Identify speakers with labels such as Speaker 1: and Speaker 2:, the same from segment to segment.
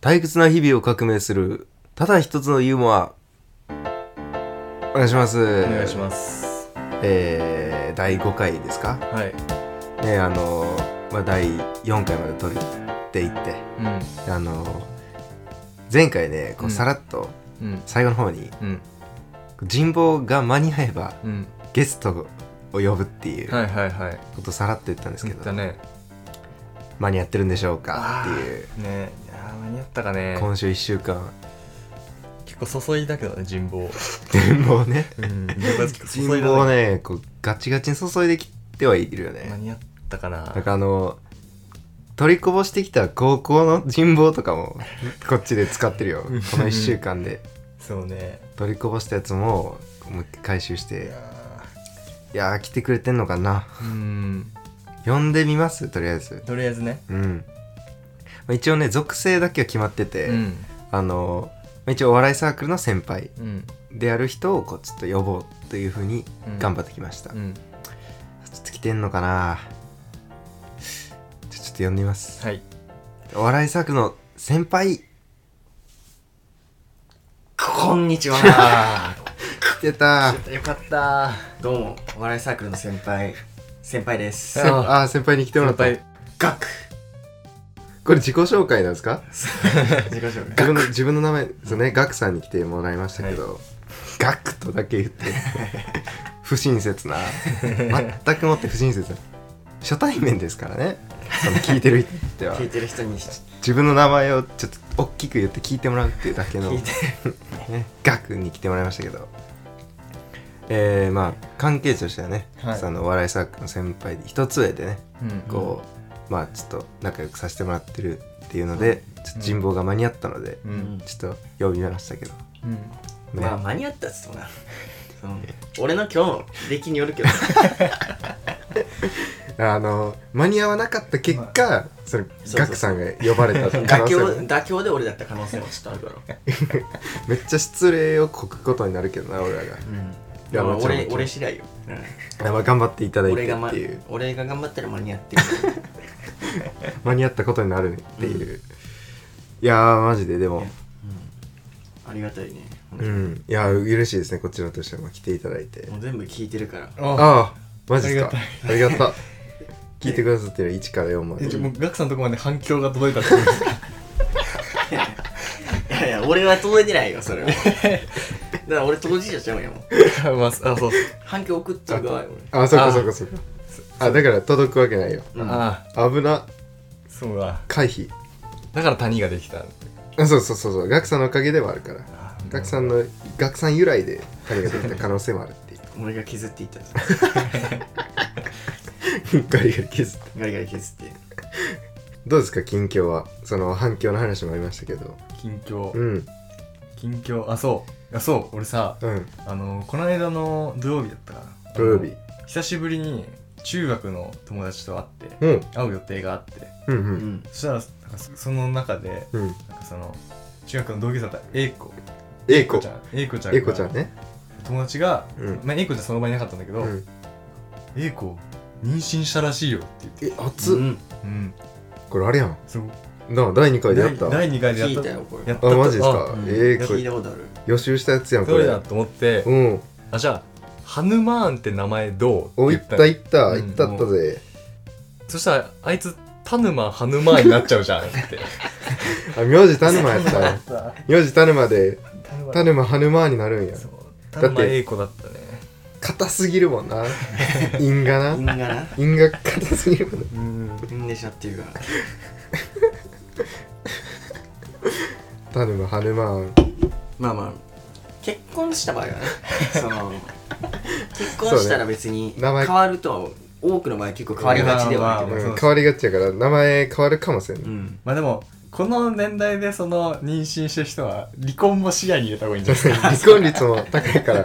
Speaker 1: 退屈な日々を革命するただ一つのユーモアお願いします
Speaker 2: お願いします
Speaker 1: えー、第5回ですか
Speaker 2: はい
Speaker 1: ねあのまあ、第4回まで取っていって
Speaker 2: う
Speaker 1: あの前回ねこ
Speaker 2: う
Speaker 1: うんさらっと
Speaker 2: んうん
Speaker 1: 最後の方に
Speaker 2: うん
Speaker 1: 人望が間に合えば
Speaker 2: うん
Speaker 1: ゲストを呼ぶっていう
Speaker 2: はいはいはい
Speaker 1: ことをさらっと言ったんですけ
Speaker 2: 言っ
Speaker 1: ど、
Speaker 2: たね
Speaker 1: 間に合ってるんでしょうかっていう
Speaker 2: あーねいやー間に合ったかね
Speaker 1: 今週1週間
Speaker 2: 結構注いだけどね人望
Speaker 1: 人望 ね
Speaker 2: うん人望結構注
Speaker 1: 人
Speaker 2: いだね
Speaker 1: 望をねこうガチガチに注いできてはいるよ
Speaker 2: 間
Speaker 1: ね
Speaker 2: に合ったかな
Speaker 1: なんかあの取りこぼしてきた高校の人望とかもこっちで使ってるよこの1週間で
Speaker 2: そうね
Speaker 1: 取りこぼしたやつももう一回回収し
Speaker 2: い
Speaker 1: て
Speaker 2: や
Speaker 1: いやー来てくれてんのかな
Speaker 2: ーうん
Speaker 1: 呼んでみますとりあえず
Speaker 2: とりあえずね
Speaker 1: うん、まあ、一応ね属性だけは決まってて、
Speaker 2: うん
Speaker 1: あのまあ一応お笑いサークルの先輩
Speaker 2: うん
Speaker 1: である人をこうちょっと呼ぼうというふうに頑張ってきました、
Speaker 2: うん
Speaker 1: ちょっと来てんのかなちょちょっと呼んでみます
Speaker 2: はい
Speaker 1: お笑いサークルの先輩
Speaker 3: こんにちは。
Speaker 1: 来てた
Speaker 2: よかった
Speaker 3: どうも、お笑いサークルの先輩、先輩です
Speaker 1: せ。んあー先輩に来てもらった
Speaker 2: 先
Speaker 3: ガ ク
Speaker 1: これ自己紹介なんですか
Speaker 2: 自己紹介
Speaker 1: 自分の自分の名前ですよねガクさんに来てもらいましたけど、ガクとだけ言って 不親切な全くもって不親切な初対面ですからねその聞いてる人にとっては
Speaker 3: 聞いてる人に
Speaker 1: 自分の名前をちょっと大きく言って聞いてもらうっていうだけの、
Speaker 3: 聞い
Speaker 1: ね
Speaker 3: て、
Speaker 1: ガクに来てもらいましたけどえー、まあ関係者としてはね、
Speaker 2: はい
Speaker 1: そのお笑いサークルの先輩で一つ上でね
Speaker 2: うん
Speaker 1: こう、まあちょっと仲良くさせてもらってるっていうので、ちょっと人望が間に合ったので、
Speaker 2: う
Speaker 3: うんん
Speaker 1: ちょっと呼びましたけど、ね
Speaker 2: うん
Speaker 3: まあ、間に合ったっつってもな。 その俺の今日の出来によるけど、
Speaker 1: あの間に合わなかった結果、それ
Speaker 3: そう
Speaker 1: ガクさんが呼ばれ た 可
Speaker 3: 妥
Speaker 1: 能性
Speaker 3: 協
Speaker 1: も、
Speaker 3: 妥協で俺だった可能性もちょっとあるから。
Speaker 1: めっちゃ失礼をこくことになるけどな俺らが、いや
Speaker 3: まあ
Speaker 1: もちろんも
Speaker 3: 俺
Speaker 1: ちろん
Speaker 3: 俺次第よ、うん
Speaker 1: まあ、頑張っていただいて
Speaker 3: 俺が、
Speaker 1: っ
Speaker 3: ま
Speaker 1: ていう、、
Speaker 3: 俺が頑張ったら間に合ってる。
Speaker 1: 間に合ったことになるっていう、いやーマジででも
Speaker 3: ありがたいね。
Speaker 1: うんいやー嬉しいですねこちらとしても来ていただいて
Speaker 3: もう全部聞いてる から。
Speaker 1: ああマジですか
Speaker 2: あ
Speaker 1: ありが とう聞いてくださってる1から4まで
Speaker 2: えちょもうガクさんのとこまで反響が届いたってことですか
Speaker 3: いやいや、俺は届いてないよ、そ れは。だから俺当事者ちゃうんやも ん。
Speaker 2: まあ、あそうっす
Speaker 3: 反響送っとる側よ、俺。
Speaker 1: あそっかそっかそっかあだから届くわけないよ
Speaker 3: うん
Speaker 2: あ
Speaker 1: 危な
Speaker 2: あそうだ
Speaker 1: 回避
Speaker 2: だから谷ができた
Speaker 1: あそうそうそうそうガクさんのおかげではあるからガクさんのガクさん由来で彼ができた可能性もあるっていう
Speaker 3: 俺が削っていったんです
Speaker 1: ガリガリ削って
Speaker 3: ガリガリ削って。
Speaker 1: どうですか近況はその反響の話もありましたけど
Speaker 2: 近況
Speaker 1: うん
Speaker 2: 近況あそうあそう俺さ
Speaker 1: うん
Speaker 2: あのこの間の土曜日だったかな
Speaker 1: 土曜日
Speaker 2: あの久しぶりに中学の友達と会って
Speaker 1: うん
Speaker 2: 会う予定があって
Speaker 1: うんう
Speaker 3: うんん。
Speaker 2: そしたらなんかそその中で
Speaker 1: うん
Speaker 2: なんかその中学の同級生だった A 子
Speaker 1: A 子
Speaker 2: ちゃん A 子ちゃんが
Speaker 1: えいこちゃんね
Speaker 2: 友達が、
Speaker 1: うん
Speaker 2: まあ、A 子ちゃんその場にいなかったんだけど、
Speaker 1: うん、
Speaker 2: A 子妊娠したらしいよって言って
Speaker 1: え熱っ、
Speaker 3: うん
Speaker 2: うん
Speaker 1: これあれやん
Speaker 2: そう
Speaker 1: な第2回でやった
Speaker 2: 第2回でやっ
Speaker 3: 聞
Speaker 2: た
Speaker 3: いたよ、これ。
Speaker 2: やった
Speaker 1: あマジですか、
Speaker 3: うん
Speaker 1: ええこ
Speaker 3: 聞い
Speaker 1: れ
Speaker 3: たことある。
Speaker 1: 予習したやつやんこ
Speaker 2: ど
Speaker 1: れ
Speaker 2: れだと思って、
Speaker 1: うん
Speaker 2: あじゃあハヌマーンって名前どう
Speaker 1: おい
Speaker 2: 言
Speaker 1: っ
Speaker 2: の
Speaker 1: たいった
Speaker 2: うん
Speaker 1: いったったぜ、
Speaker 2: そしたらあいつタヌマハヌマーンになっちゃうじゃんって
Speaker 1: あ名字田沼やったん
Speaker 2: さ
Speaker 1: 名字田沼で
Speaker 2: タヌマ
Speaker 1: 田沼ハヌマーになるんや
Speaker 2: そうタヌマエイコだったね
Speaker 1: 硬すぎるもん な因果な
Speaker 3: 因果な。
Speaker 1: 因果硬すぎるもんな
Speaker 2: うん
Speaker 3: 因でしょっていうか。
Speaker 1: 田沼ハヌマー
Speaker 3: まあまあ、結婚した場合はね、 その、結婚したら別に
Speaker 1: 名前
Speaker 3: 変わると、多くの場合結構変わりがちではあるけ
Speaker 2: まあ
Speaker 1: う
Speaker 2: そ
Speaker 1: ん、
Speaker 2: う
Speaker 1: 変わりがちやから名前変わるかもしれん、
Speaker 3: ど。うん。
Speaker 2: まあでもこの年代でその妊娠してる人は離婚も視野に入れた方がいいんじゃないですか
Speaker 1: 離婚率も高い から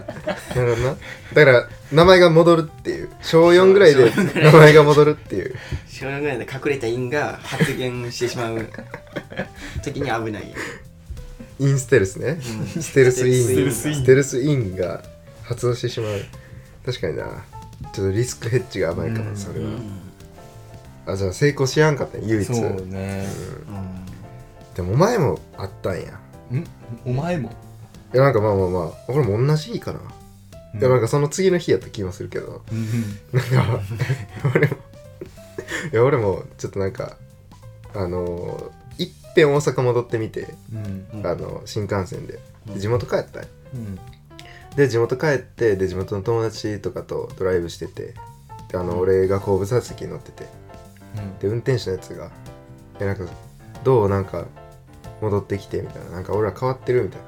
Speaker 1: なるほどなだから名前が戻るっていう小4ぐらいで
Speaker 3: 小四ぐら
Speaker 1: 名
Speaker 3: い
Speaker 1: 前が戻るっていう
Speaker 3: 小4ぐらいで隠れた因が発言してしま う時に危ない。
Speaker 1: インステルスね、
Speaker 3: うん
Speaker 1: ステルスイン
Speaker 3: ステル
Speaker 2: スイン
Speaker 1: ステルスインが発動してしまう確かになちょっとリスクヘッジが甘いか
Speaker 2: う
Speaker 1: も
Speaker 2: ん
Speaker 1: それ
Speaker 3: うん。う
Speaker 1: は
Speaker 3: ん
Speaker 1: あじゃあ成功しやんかったね唯一
Speaker 2: そうね
Speaker 3: うん
Speaker 1: でもお前もあったんや
Speaker 2: んお前も
Speaker 1: いやなんかまあまあまあ俺も同じ日かな、いやなん
Speaker 2: か
Speaker 1: かその次の日やった気もするけど
Speaker 2: うんうん
Speaker 1: なんか俺もいや俺もちょっとなんかあのー、いっぺん大阪戻ってみて、
Speaker 2: うん
Speaker 3: うん
Speaker 1: あの新幹線で
Speaker 3: うん
Speaker 1: で地元帰ったんや
Speaker 2: うん
Speaker 1: で地元帰ってで地元の友達とかとドライブしててであの、
Speaker 3: うん
Speaker 1: 俺が後部座席に乗っててで運転手のやつが「えなんかどうなんか戻ってきて」みたいな「なんか俺ら変わってる」みたいな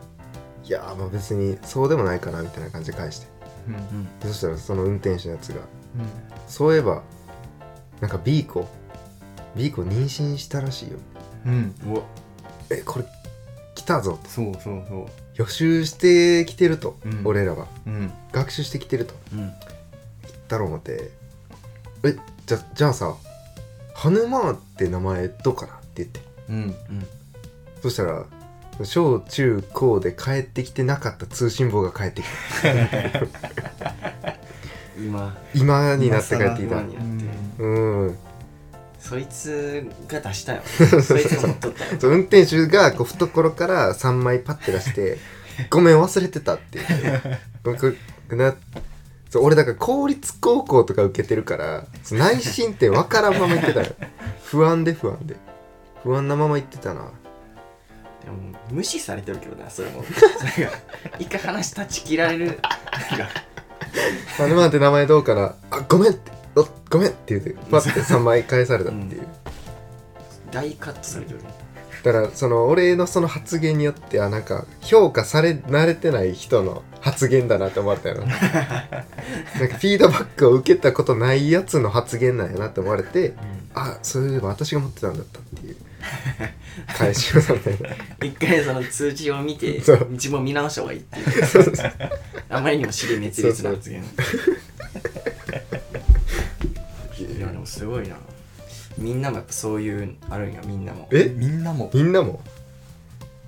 Speaker 1: 「いやーまあ別にそうでもないかな」みたいな感じで返して
Speaker 2: うん
Speaker 3: うん
Speaker 1: でそしたらその運転手のやつが
Speaker 2: うん
Speaker 1: 「そういえばなんか B 子 B 子妊娠したらしいよ
Speaker 2: うん
Speaker 3: うわ
Speaker 1: えこれ来たぞ」と
Speaker 2: そうそうそ
Speaker 1: 予習してきてると、
Speaker 2: うん
Speaker 1: 俺らは
Speaker 2: ううん
Speaker 1: 学習してきてると
Speaker 3: うん
Speaker 1: だろう思って「えじゃじゃあさハヌマーって名前どうかな?」って言って
Speaker 2: うん
Speaker 3: うん
Speaker 1: そしたら小中高で帰ってきてなかった通信簿が帰ってきた
Speaker 3: 今
Speaker 1: 今になって帰ってき
Speaker 3: 今
Speaker 1: た
Speaker 3: 更
Speaker 1: うん
Speaker 3: そいつが出 したよそいつが持っとったよ
Speaker 1: そう運転手がこう懐から3枚パッて出して 「ごめん忘れてた」って言って僕なそう俺だから公立高校とか受けてるからそう内心って分からんまま言ってた よ不安で不安で不安なまま言ってたな
Speaker 3: でも無視されてるけどなそれ もそれが一回話断ち切られるなんか
Speaker 1: マヌマンって名前どうかなあごめんっておごめんって言ってパッて3枚返されたっていう、
Speaker 3: う大カットされてる
Speaker 1: だからその俺のその発言によってあなんか評価され慣れてない人の発言だなって思った よななんかフィードバックを受けたことないやつの発言なんやなって思われてあそういえば私が持ってたんだったっていう返しをされ たよな
Speaker 3: 一回その通知を見て
Speaker 1: そう
Speaker 3: 自分を見直した方がい いっていう
Speaker 1: そうそうそう
Speaker 3: あまりにも尻滅裂な発言いやでもすごいなみんなもやっぱそういうあるんやみんなも
Speaker 1: え
Speaker 2: みんなも
Speaker 1: みんなも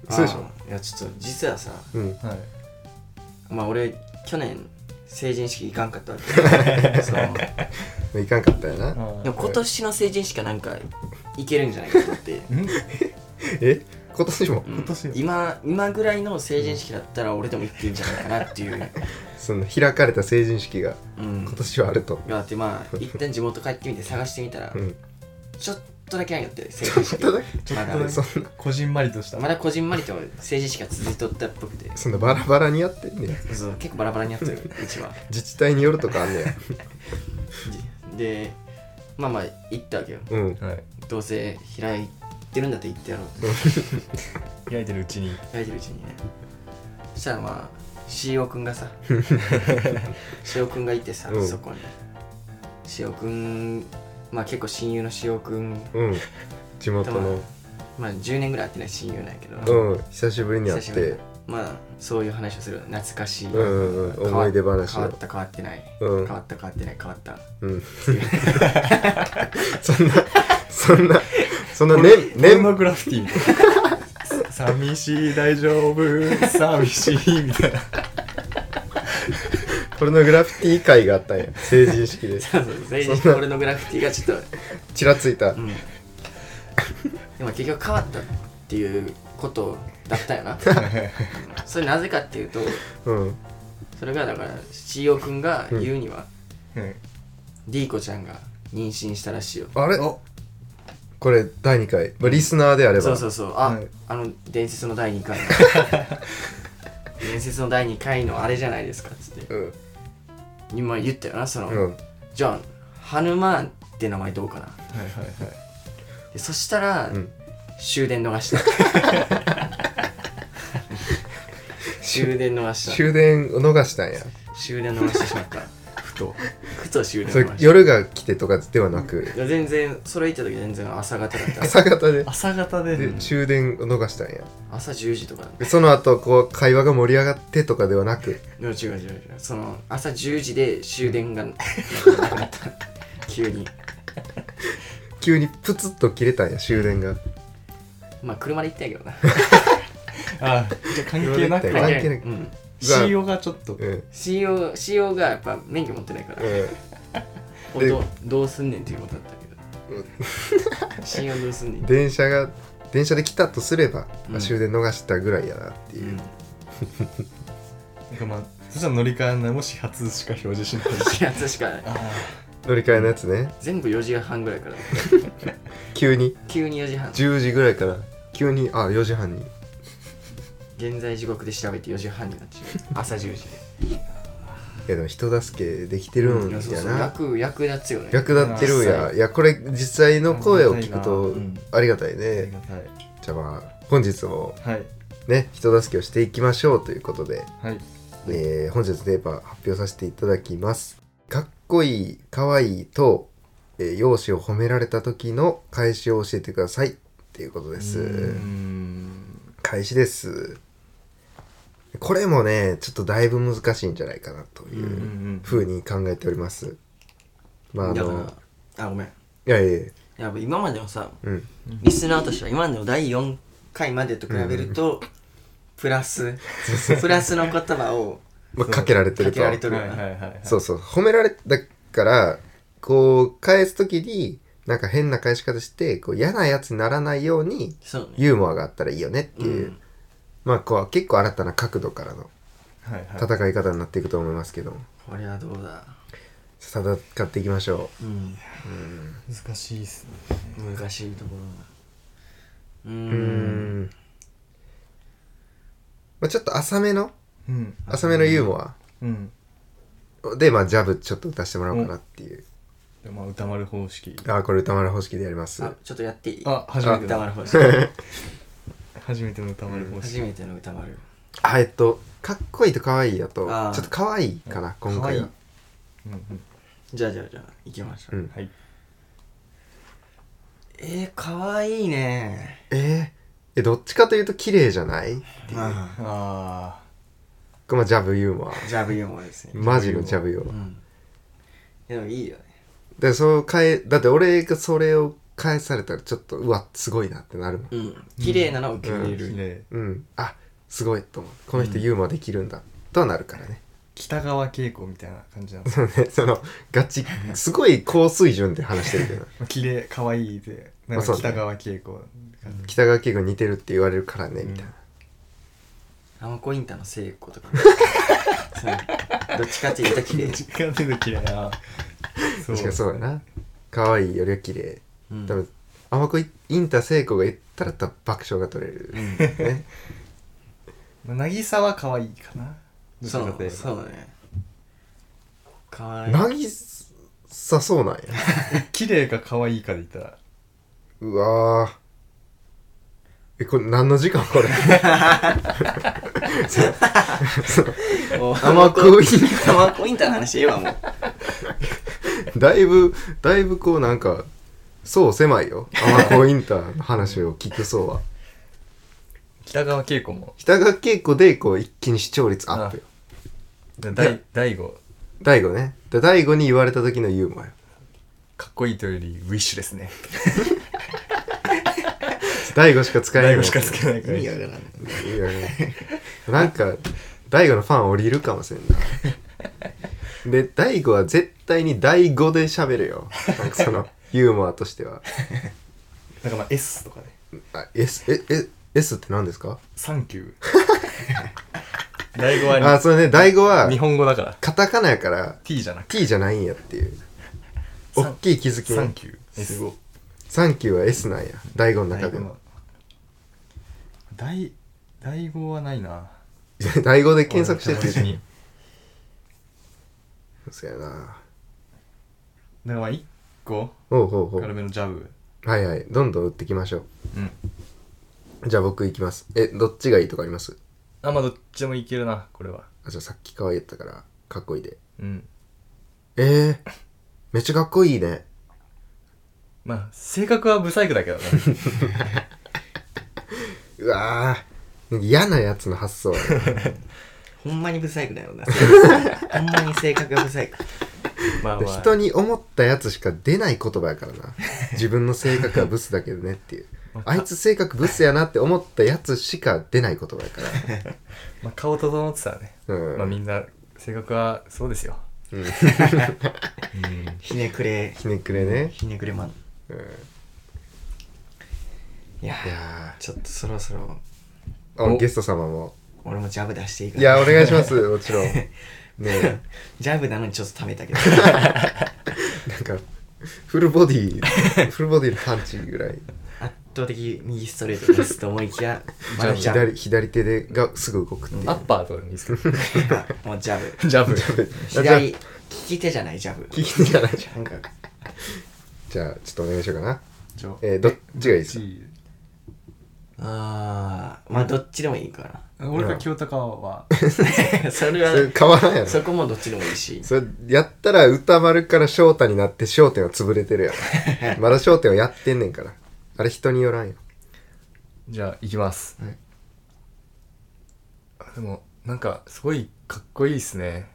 Speaker 1: そうでしょ
Speaker 3: あーいやちょっと実はさ
Speaker 1: うん
Speaker 2: はい
Speaker 3: まあ俺去年成人式行かんかった わけそう
Speaker 1: いかんかったよな
Speaker 2: あ
Speaker 3: でも今年の成人式はなんか行けるんじゃないかと思って
Speaker 2: ん
Speaker 1: え今年も
Speaker 3: うん
Speaker 2: 今年よ
Speaker 3: 今今ぐらいの成人式だったら俺でも行っていいんじゃないかなっていう、
Speaker 1: その開かれた成人式が
Speaker 3: うん
Speaker 1: 今、年はあると、
Speaker 3: だってまあ一旦地元帰ってみて探してみたら、
Speaker 1: うん、
Speaker 3: ちょっとだけなんやって成人式
Speaker 1: ただ
Speaker 2: ちょっ
Speaker 3: ま
Speaker 2: と
Speaker 3: だ
Speaker 1: そ
Speaker 2: だ
Speaker 1: んな
Speaker 2: けこじんまりとした
Speaker 3: まだこじんまりと成人式が続いとったっぽくて
Speaker 1: そんなバラバラにやってんねや
Speaker 3: そう結構バラバラにやってるうちは
Speaker 1: 自治体によるとかあんねや
Speaker 3: でまあまあ行ったわけよ
Speaker 1: うん
Speaker 2: はい
Speaker 3: どうせ開いてるんだって行ってやろうって
Speaker 2: 開いてるうちに
Speaker 3: 開いてるうちにねそしたらまあしおくんがさしおくんがいてさ、
Speaker 1: うん
Speaker 3: そこにしおくんまあ結構親友のしおくん
Speaker 1: うん地元の
Speaker 3: まあ10年ぐらい会ってない親友なんやけど、
Speaker 1: うん久しぶりに会っ
Speaker 3: 久しぶり
Speaker 1: て
Speaker 3: にまあそういう話をする懐かしい、
Speaker 1: うんうんうん
Speaker 3: 変わ
Speaker 1: 思い出話
Speaker 3: 変わっ
Speaker 1: を
Speaker 3: た変わってない、
Speaker 1: うん
Speaker 3: 変わった変わってない変わった
Speaker 1: うん そんなそんなそんな年
Speaker 2: 年
Speaker 1: 年
Speaker 2: のグラフィティみたいな寂しい大丈夫寂しいみたいな
Speaker 1: ポルノグラフィティ会があ ったんや成人式で
Speaker 3: そうそう成人式俺のグラフィティがちょっと
Speaker 1: ちらついた
Speaker 3: うん、でも結局変わったっていうことだったよなそれなぜかっていうと
Speaker 1: うん
Speaker 3: それがだからしおくんが言うには、
Speaker 2: うん
Speaker 3: ディーコちゃんが妊娠したらしいよ
Speaker 1: あれ
Speaker 2: お
Speaker 1: これ第2回まあリスナーであれ
Speaker 3: そう
Speaker 1: ば
Speaker 3: そうそうあ、
Speaker 2: はい
Speaker 3: あの伝説の第2回の伝説の第2回のあれじゃないですかっつって
Speaker 1: うん
Speaker 3: 今言ったよなその、
Speaker 1: うん
Speaker 3: じゃあハヌマーンって名前どうかな
Speaker 2: はいはいはい
Speaker 3: でそしたら、
Speaker 1: うん
Speaker 3: 終電 逃した終電逃した
Speaker 1: 終電を逃したんや
Speaker 3: 終電逃してしまったふとふと終電
Speaker 1: それ
Speaker 3: 逃した
Speaker 1: 夜が来てとかではなく
Speaker 3: いや全然それ行った時全然朝方だった
Speaker 1: 朝方で
Speaker 2: 朝方で
Speaker 1: で終電を逃したんや
Speaker 3: 朝10時とかだった
Speaker 1: でその後こう会話が盛り上がってとかではなく
Speaker 3: 違う違う違う違うその朝10時で終電がなくなった 急に
Speaker 1: 急にプツッと切れたんや終電が
Speaker 3: まあ車で行ったんやけどな
Speaker 2: あじゃあ関係なく
Speaker 1: 関係ない
Speaker 3: うん、
Speaker 2: CEO がちょっと
Speaker 1: うん
Speaker 3: CO, CO がやっぱ免許持ってないから、お
Speaker 1: で
Speaker 3: どどうすんねんっていうことだったけど CO どうすんねん
Speaker 1: 電車が電車で来たとすれば、
Speaker 3: うん
Speaker 1: 終電逃したぐらいやなっていう、
Speaker 2: なんかまあそしたら乗り換えないも始発しか表示しないし
Speaker 3: いや確かに
Speaker 2: あ
Speaker 1: 乗り換えのやつね
Speaker 3: 全部4時半ぐらいから
Speaker 1: 急に
Speaker 3: 急に4時半
Speaker 1: 10時ぐらいから急にあ4時半に
Speaker 3: 現在時刻で調べて4時半になっちゃう 朝10時で
Speaker 1: いやでも人助けできてるん
Speaker 3: い
Speaker 1: や
Speaker 3: やそうそう
Speaker 1: な、
Speaker 3: 役役立つよね
Speaker 1: 役立ってるんやいやこれ実際の声を聞くとありがたい
Speaker 2: あり
Speaker 1: ね
Speaker 2: がたい
Speaker 1: じゃあまあ本日も
Speaker 2: はい
Speaker 1: ね人助けをしていきましょうということで、
Speaker 2: はい
Speaker 1: えー本日のテーマ発表させていただきますかっこいいかわいいと、えー容姿を褒められた時の返しを教えてくださいっていうことです
Speaker 2: うん
Speaker 1: 開始ですこれもねちょっとだいぶ難しいんじゃないかなとい
Speaker 2: うんう
Speaker 1: ううんふうに考えておりますまああ
Speaker 3: だか
Speaker 1: の
Speaker 3: らあごめん
Speaker 1: いやいやいや
Speaker 3: やっぱ今までのさ
Speaker 1: うん
Speaker 3: リスナーとしては今までの第4回までと比べると、プラ スプラスの言葉を
Speaker 1: まあ、かけられてる
Speaker 3: か
Speaker 1: と
Speaker 3: けられてる
Speaker 2: は
Speaker 3: わ
Speaker 2: い
Speaker 3: な、
Speaker 2: はいはいはい
Speaker 1: そうそう褒められたからこう返す時になんか変な返し方してこう嫌なやつにならないように
Speaker 3: そうね
Speaker 1: ユーモアがあったらいいよねっていう、
Speaker 3: うん
Speaker 1: まあこう結構新たな角度からの
Speaker 2: はいはい
Speaker 1: 戦い方になっていくと思いますけども
Speaker 3: これはどうだ
Speaker 1: 戦っていきましょ
Speaker 3: うん
Speaker 2: 難しいっすね
Speaker 3: 難しいところだうー
Speaker 1: ううんーん、まあ、ちょっと浅めの
Speaker 2: うん
Speaker 1: 浅めのユーモ
Speaker 2: うん
Speaker 1: アでまあジャブちょっと出してもらおうかなっていう、
Speaker 2: でまあ歌丸方式
Speaker 1: ああこれ歌丸方式でやります
Speaker 3: あちょっとやっていい
Speaker 2: あ初めて
Speaker 3: 歌
Speaker 2: の
Speaker 3: 丸方式
Speaker 2: 初めての歌丸方式
Speaker 3: 初めての歌丸
Speaker 1: あえっとかっこいいと可愛いやとちょ
Speaker 3: あー
Speaker 1: っと可愛いかな今回は
Speaker 2: うんうん
Speaker 3: じゃあじゃあじゃあ行きましょう、
Speaker 1: うん
Speaker 2: はい
Speaker 3: えー、かわいいね
Speaker 1: えー、えどっちかというと綺麗じゃない
Speaker 3: まあ
Speaker 2: あ
Speaker 1: まあジャブユーモア
Speaker 3: ジャブユーモアですね
Speaker 1: マジのジャブユーモ
Speaker 3: う
Speaker 1: ア
Speaker 3: んでもいいよね
Speaker 1: でそう変えだって俺がそれを返されたらちょっとうわすごいなってなるもん
Speaker 3: うん綺麗なのを受け
Speaker 2: あ
Speaker 3: 入れる、
Speaker 2: 綺麗
Speaker 1: うんあすごいと思うこの人ユーモアできるんだ、とはなるからね
Speaker 2: 北川景子みたいな感じなんです
Speaker 1: そのねそのガチすごい高水準で話してるけ ど
Speaker 2: まあ綺麗可愛いで
Speaker 1: ま
Speaker 2: な
Speaker 1: あ
Speaker 2: ん
Speaker 1: そ
Speaker 2: か
Speaker 1: うだね
Speaker 2: 北川景子感じ
Speaker 1: 北川景子に似てるって言われるからね、みたいな
Speaker 3: アマコインタの聖子とかそうどっちかって言ったら綺麗
Speaker 2: 実感出てきれいなそ う
Speaker 1: 確かにそうだな可愛いよりは綺麗
Speaker 3: うん
Speaker 1: 多分甘くインタ聖子が言ったら多分爆笑が取れる、ね
Speaker 2: まあ渚は可愛いかなどっち
Speaker 3: そ
Speaker 2: かというと
Speaker 3: そうねかわいい
Speaker 1: 渚そうなんや
Speaker 2: 綺麗か可愛いかで言ったら
Speaker 1: うわーえこれ何の時間 これ甘くい
Speaker 3: アマコインタの話ええわも う
Speaker 1: だいぶだいぶこうなんかそう狭いよ甘子インターの話を聞く そうは
Speaker 2: 北川景子も
Speaker 1: 北川景子でこう一気に視聴率アップよ
Speaker 2: だ大大悟
Speaker 1: 大悟ねだ大悟に言われた時のユーモアよ
Speaker 2: かっこいいというよりウィッシュですね
Speaker 1: 大悟しか使えない
Speaker 2: 大悟しか使えないから
Speaker 3: 意味わからん
Speaker 1: いやなんか大悟のファン降りるかもしれんなで大悟は絶対に大悟で喋るよなんかそ のユーモアとしては
Speaker 2: だからまあ S とかね
Speaker 1: あ S ええ S って何ですか
Speaker 2: サン キュー大悟
Speaker 1: あ
Speaker 2: は
Speaker 1: それね大悟は
Speaker 2: 日本語だから
Speaker 1: カタカナやから
Speaker 2: T じゃなく
Speaker 1: T じゃないんやっていう
Speaker 2: サン
Speaker 1: 大きい気づき
Speaker 2: サ
Speaker 1: ね
Speaker 2: ンキュー
Speaker 1: す
Speaker 2: S
Speaker 1: ごいサンキューは S なんや大悟の
Speaker 2: 大
Speaker 1: 中で
Speaker 2: 悟
Speaker 1: も
Speaker 2: の大大悟はないな
Speaker 1: 大悟で検索して
Speaker 2: 俺の友達に
Speaker 1: てそうやな
Speaker 2: だからまあ1個
Speaker 1: ほうほうほ
Speaker 2: 軽
Speaker 1: う
Speaker 2: めのジャブ
Speaker 1: はいはいどんどん打っていきましょ
Speaker 2: うん
Speaker 1: うじゃあ僕いきますえどっちがいいとかあります
Speaker 2: あまあどっちでもいけるなこれは
Speaker 1: あじゃあさっき可愛いやったからかっこいいで
Speaker 2: うん
Speaker 1: えー、めっちゃかっこいいね
Speaker 2: まあ性格はブサイクだ けどね
Speaker 1: うわー嫌なやつの発想やね
Speaker 3: ほんまにブサイクだよなほんまに性格がブサイク
Speaker 2: まあ
Speaker 1: で
Speaker 2: まあ
Speaker 1: 人に思ったやつしか出ない言葉やから な自分の性格はブスだけどねっていうあいつ性格ブスやなって思ったやつしか出ない言葉やから
Speaker 2: まあ顔整ってたらね、
Speaker 1: うん
Speaker 2: まあみんな性格はそうですよ、 うん、
Speaker 3: ひねくれ
Speaker 1: ひねくれね、
Speaker 3: ひねくれマン
Speaker 1: うん、
Speaker 3: いや
Speaker 1: いや
Speaker 3: ちょっとそろそろ
Speaker 1: ーあ
Speaker 3: お
Speaker 1: ゲスト様も
Speaker 3: 俺もジャブ出していいか
Speaker 1: い
Speaker 3: な
Speaker 1: やお願いしますも ちろんねえ
Speaker 3: ジャブなのにちょっとためたけど
Speaker 1: なんかフルボディフルボディのパンチぐらい
Speaker 3: 圧倒的右ストレートですと思いきやまだジャブ
Speaker 1: 左左手でがすぐ動くっていう
Speaker 2: ア ッパーとかでもいいですけど
Speaker 3: もうジャブ
Speaker 2: ジャブ
Speaker 3: 左利き手じゃないジャブ
Speaker 1: 聞いてじゃないじゃん
Speaker 3: なんか
Speaker 1: じゃあちょっとお願いしようかな
Speaker 2: ちょ
Speaker 1: えーどっちがいいですか
Speaker 2: ち
Speaker 3: あーまあどっちでもいいか
Speaker 2: 俺か清高は
Speaker 3: な それ
Speaker 1: それ
Speaker 3: は
Speaker 1: 変わらんやろ
Speaker 3: そこもどっちでもいいし
Speaker 1: それやったら歌丸から翔太になって翔太は潰れてるやんまだ翔太はやってんねんからあれ人によらんよ
Speaker 2: じゃあ行きます、
Speaker 1: はい
Speaker 2: あでもなんかすごいかっこいいですね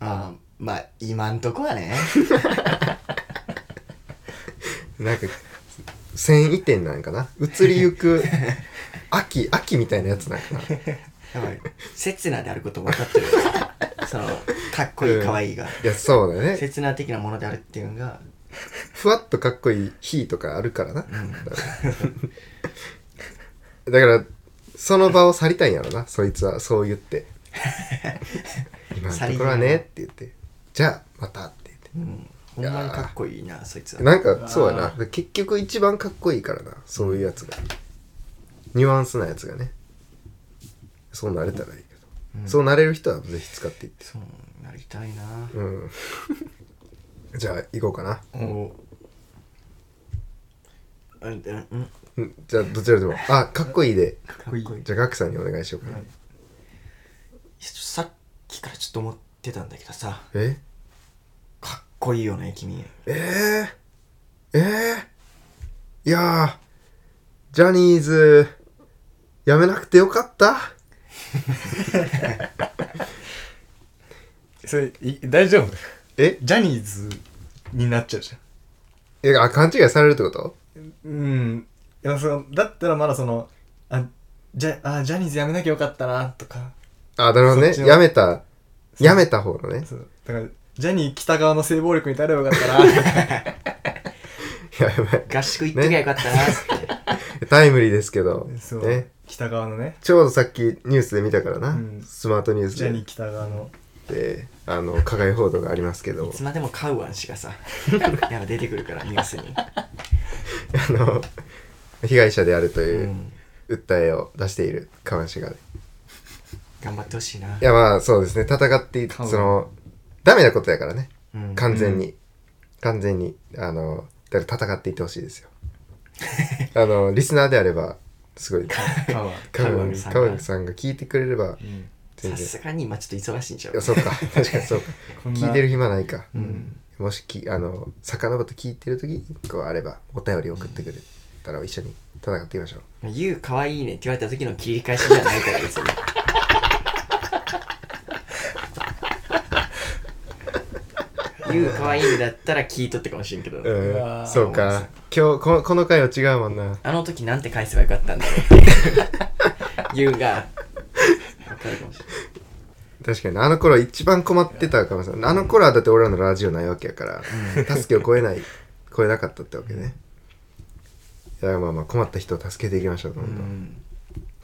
Speaker 3: あーまあ今んとこは ね
Speaker 1: なんか繊維点なんかな移りゆく秋秋みたいなやつなんかな
Speaker 3: やっぱり刹那であること分かってる からそのかっこいいかわいいが
Speaker 1: いやそうだ ね
Speaker 3: 刹那的なものであるっていうのが
Speaker 1: ふわっとかっこいい日とかあるからなだからその場を去りたいんやろなそいつはそう言って今のところはねって言ってじゃあまたって言って
Speaker 3: うんほんまにかっこいいなそいつは
Speaker 1: なんかそうや
Speaker 2: あ
Speaker 1: な結局一番かっこいいからなそういうやつがニュアンスなやつがねそうなれたらいいけど、そうなれる人はぜひ使っていって
Speaker 3: そうなりたいな
Speaker 1: うん じゃあ行こうかな、
Speaker 3: おうんうん
Speaker 1: うんじゃあどちらでもあかっこいいで
Speaker 3: かっこいいいやちょっ
Speaker 1: じゃあガクさんにお願いしようかな、
Speaker 3: とさっきからちょっと思ってたんだけどさ
Speaker 1: え
Speaker 3: かっこいいよね君
Speaker 1: えー、えー、いやージャニーズやめなくてよかった
Speaker 2: それい大丈夫
Speaker 1: え
Speaker 2: ジャニーズになっちゃうじ
Speaker 1: いやあ勘違いされるってこと
Speaker 2: ゃんうんいやそのだったらまだそのあじゃあジャニーズやめなきゃよかったなとか
Speaker 1: あなるほど
Speaker 2: そっち
Speaker 1: ね
Speaker 2: の
Speaker 1: やめたやめた方のね
Speaker 2: そうだからジャニー北側の性暴力に至ればよかったな
Speaker 1: やばい
Speaker 3: 合宿行っときゃよかったなって、
Speaker 1: タイムリーですけど、
Speaker 2: そう、
Speaker 1: ね、
Speaker 2: 北側のね
Speaker 1: ちょうどさっきニュースで見たからな、
Speaker 2: うん
Speaker 1: スマートニュース
Speaker 2: ジャニー
Speaker 1: で
Speaker 2: 北側の
Speaker 1: であの加害報道がありますけ
Speaker 3: い
Speaker 1: ど
Speaker 3: つまでもカウアン氏 がさなんか出てくるからニュースに、
Speaker 1: あの被害者であると
Speaker 3: う、
Speaker 1: いうん訴えを出している川氏がい
Speaker 3: 頑張ってほしいな
Speaker 1: やまあそうですね戦ってい
Speaker 2: 川
Speaker 1: そのダメなことやからね
Speaker 3: うん、
Speaker 1: 完全に、完全にあのだから戦っていってほしいですよあのリスナーであればすご い
Speaker 2: 川、
Speaker 1: 川口
Speaker 3: さ
Speaker 1: さ
Speaker 3: ん
Speaker 1: ん
Speaker 3: が
Speaker 1: さんが聞いてくれれば
Speaker 2: うん、
Speaker 1: 全
Speaker 3: さ
Speaker 1: 然
Speaker 3: すがに今ちょっと忙しいんちゃ
Speaker 1: いや
Speaker 3: う
Speaker 1: そう か確かにそうか
Speaker 2: こんな
Speaker 1: 聞いてる暇ないか、
Speaker 2: ん
Speaker 1: もしきあの魚と聞いてる時こうあればお便り送ってくれたら一緒に戦ってみましょう
Speaker 3: ユウかわいいねって言われた時の切り返しじゃないから別 にユウかわいいねだったら聞いとったかもしれんけど、
Speaker 1: うん
Speaker 2: うわー
Speaker 1: そうか今日このこの回は違うもんな
Speaker 3: あの時なんて返せばよかったんだろうって言うが分かるかもしれ
Speaker 1: 確かにあの頃一番困ってたかもしれないあの頃はだって俺らのラジオないわけやから、助けを超えない 超えなかったってわけね、いやまあまあ困った人を助けていきましょうどんどん、
Speaker 3: ない、う
Speaker 1: 今
Speaker 3: ん、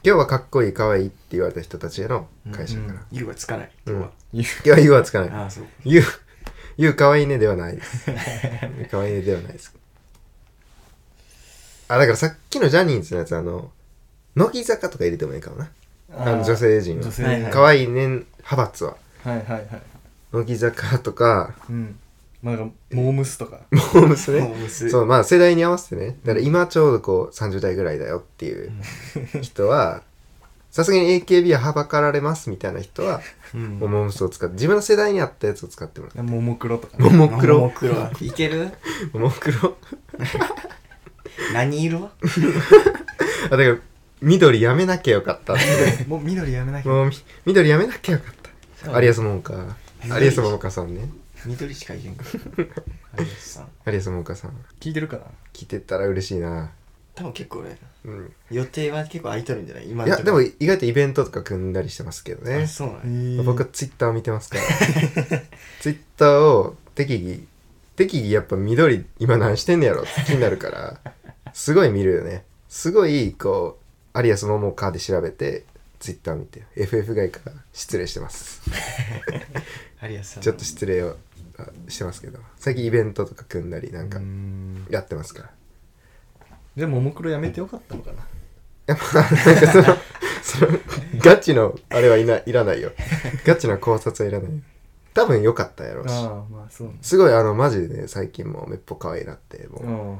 Speaker 1: 日はかっこいいかわいいって言われた人たちへの会社から、
Speaker 2: うん
Speaker 3: ユウはつかない
Speaker 1: うん
Speaker 3: 今日は、
Speaker 1: いや言うはつかない
Speaker 3: ああそう
Speaker 1: 言う、言うかわいいねではないです。言うかわいいねではないです。あ、だからさっきのジャニーズのやつ、あの、乃木坂とか入れてもいいかもな。あの女性陣
Speaker 2: 女
Speaker 1: は。
Speaker 2: 性
Speaker 3: はいはい
Speaker 1: かわいいね、派閥は。
Speaker 2: はいはいはい
Speaker 1: 乃木坂とか、
Speaker 2: うんまあなんかモームス とか
Speaker 1: モームス
Speaker 3: モ
Speaker 1: ね
Speaker 3: ー。ムス
Speaker 1: そう、まあ世代に合わせてね。だから今ちょうどこう30代ぐらいだよっていう人は、さすがに AKB ははばかられますみたいな人は、
Speaker 3: うん
Speaker 1: もうモームスを使って、自分の世代に合ったやつを使ってもらう。
Speaker 2: モモクロとか
Speaker 1: ももク
Speaker 3: もも
Speaker 1: ロ。
Speaker 3: クロいける
Speaker 1: ももクロ。
Speaker 3: 何色
Speaker 1: あだから緑やめなきゃよかったって
Speaker 2: もう緑やめなきゃ
Speaker 1: もうみ緑やめなきゃよかった
Speaker 3: う
Speaker 1: 有安桃か
Speaker 3: 緑
Speaker 1: 有安桃かさんね
Speaker 3: 緑しかいけん から有吉さん
Speaker 1: 有安桃かさん
Speaker 2: 聞いてるかな
Speaker 1: 来てたら嬉しいな、
Speaker 3: 多分結構ね
Speaker 1: うん、
Speaker 3: 予定は結構空いとるんじゃない今
Speaker 1: い
Speaker 3: の
Speaker 1: や
Speaker 3: とこ
Speaker 1: でも意外とイベントとか組んだりしてますけどね
Speaker 3: あそうなんや
Speaker 2: へー
Speaker 1: 僕はツイッター見てますから ツイッターを適宜適宜やっぱ緑今何してんねやろって気になるからすごい見るよねすごいこうアリアス桃かで調べてツイッター見て FF 外から失礼してます
Speaker 2: アリアスさん
Speaker 1: ちょっと失礼をあしてますけど最近イベントとか組んだりなんか
Speaker 2: うん
Speaker 1: やってますから
Speaker 2: じゃあももクロやめてよかったのかな
Speaker 1: やっぱなんかそのそのガチのあれはいないらないよガチの考察はいらないよ多分良かったやろうし
Speaker 2: ああまあそうね
Speaker 1: すごいあのマジでね最近もうめっぽ可愛いなってもう、
Speaker 2: うん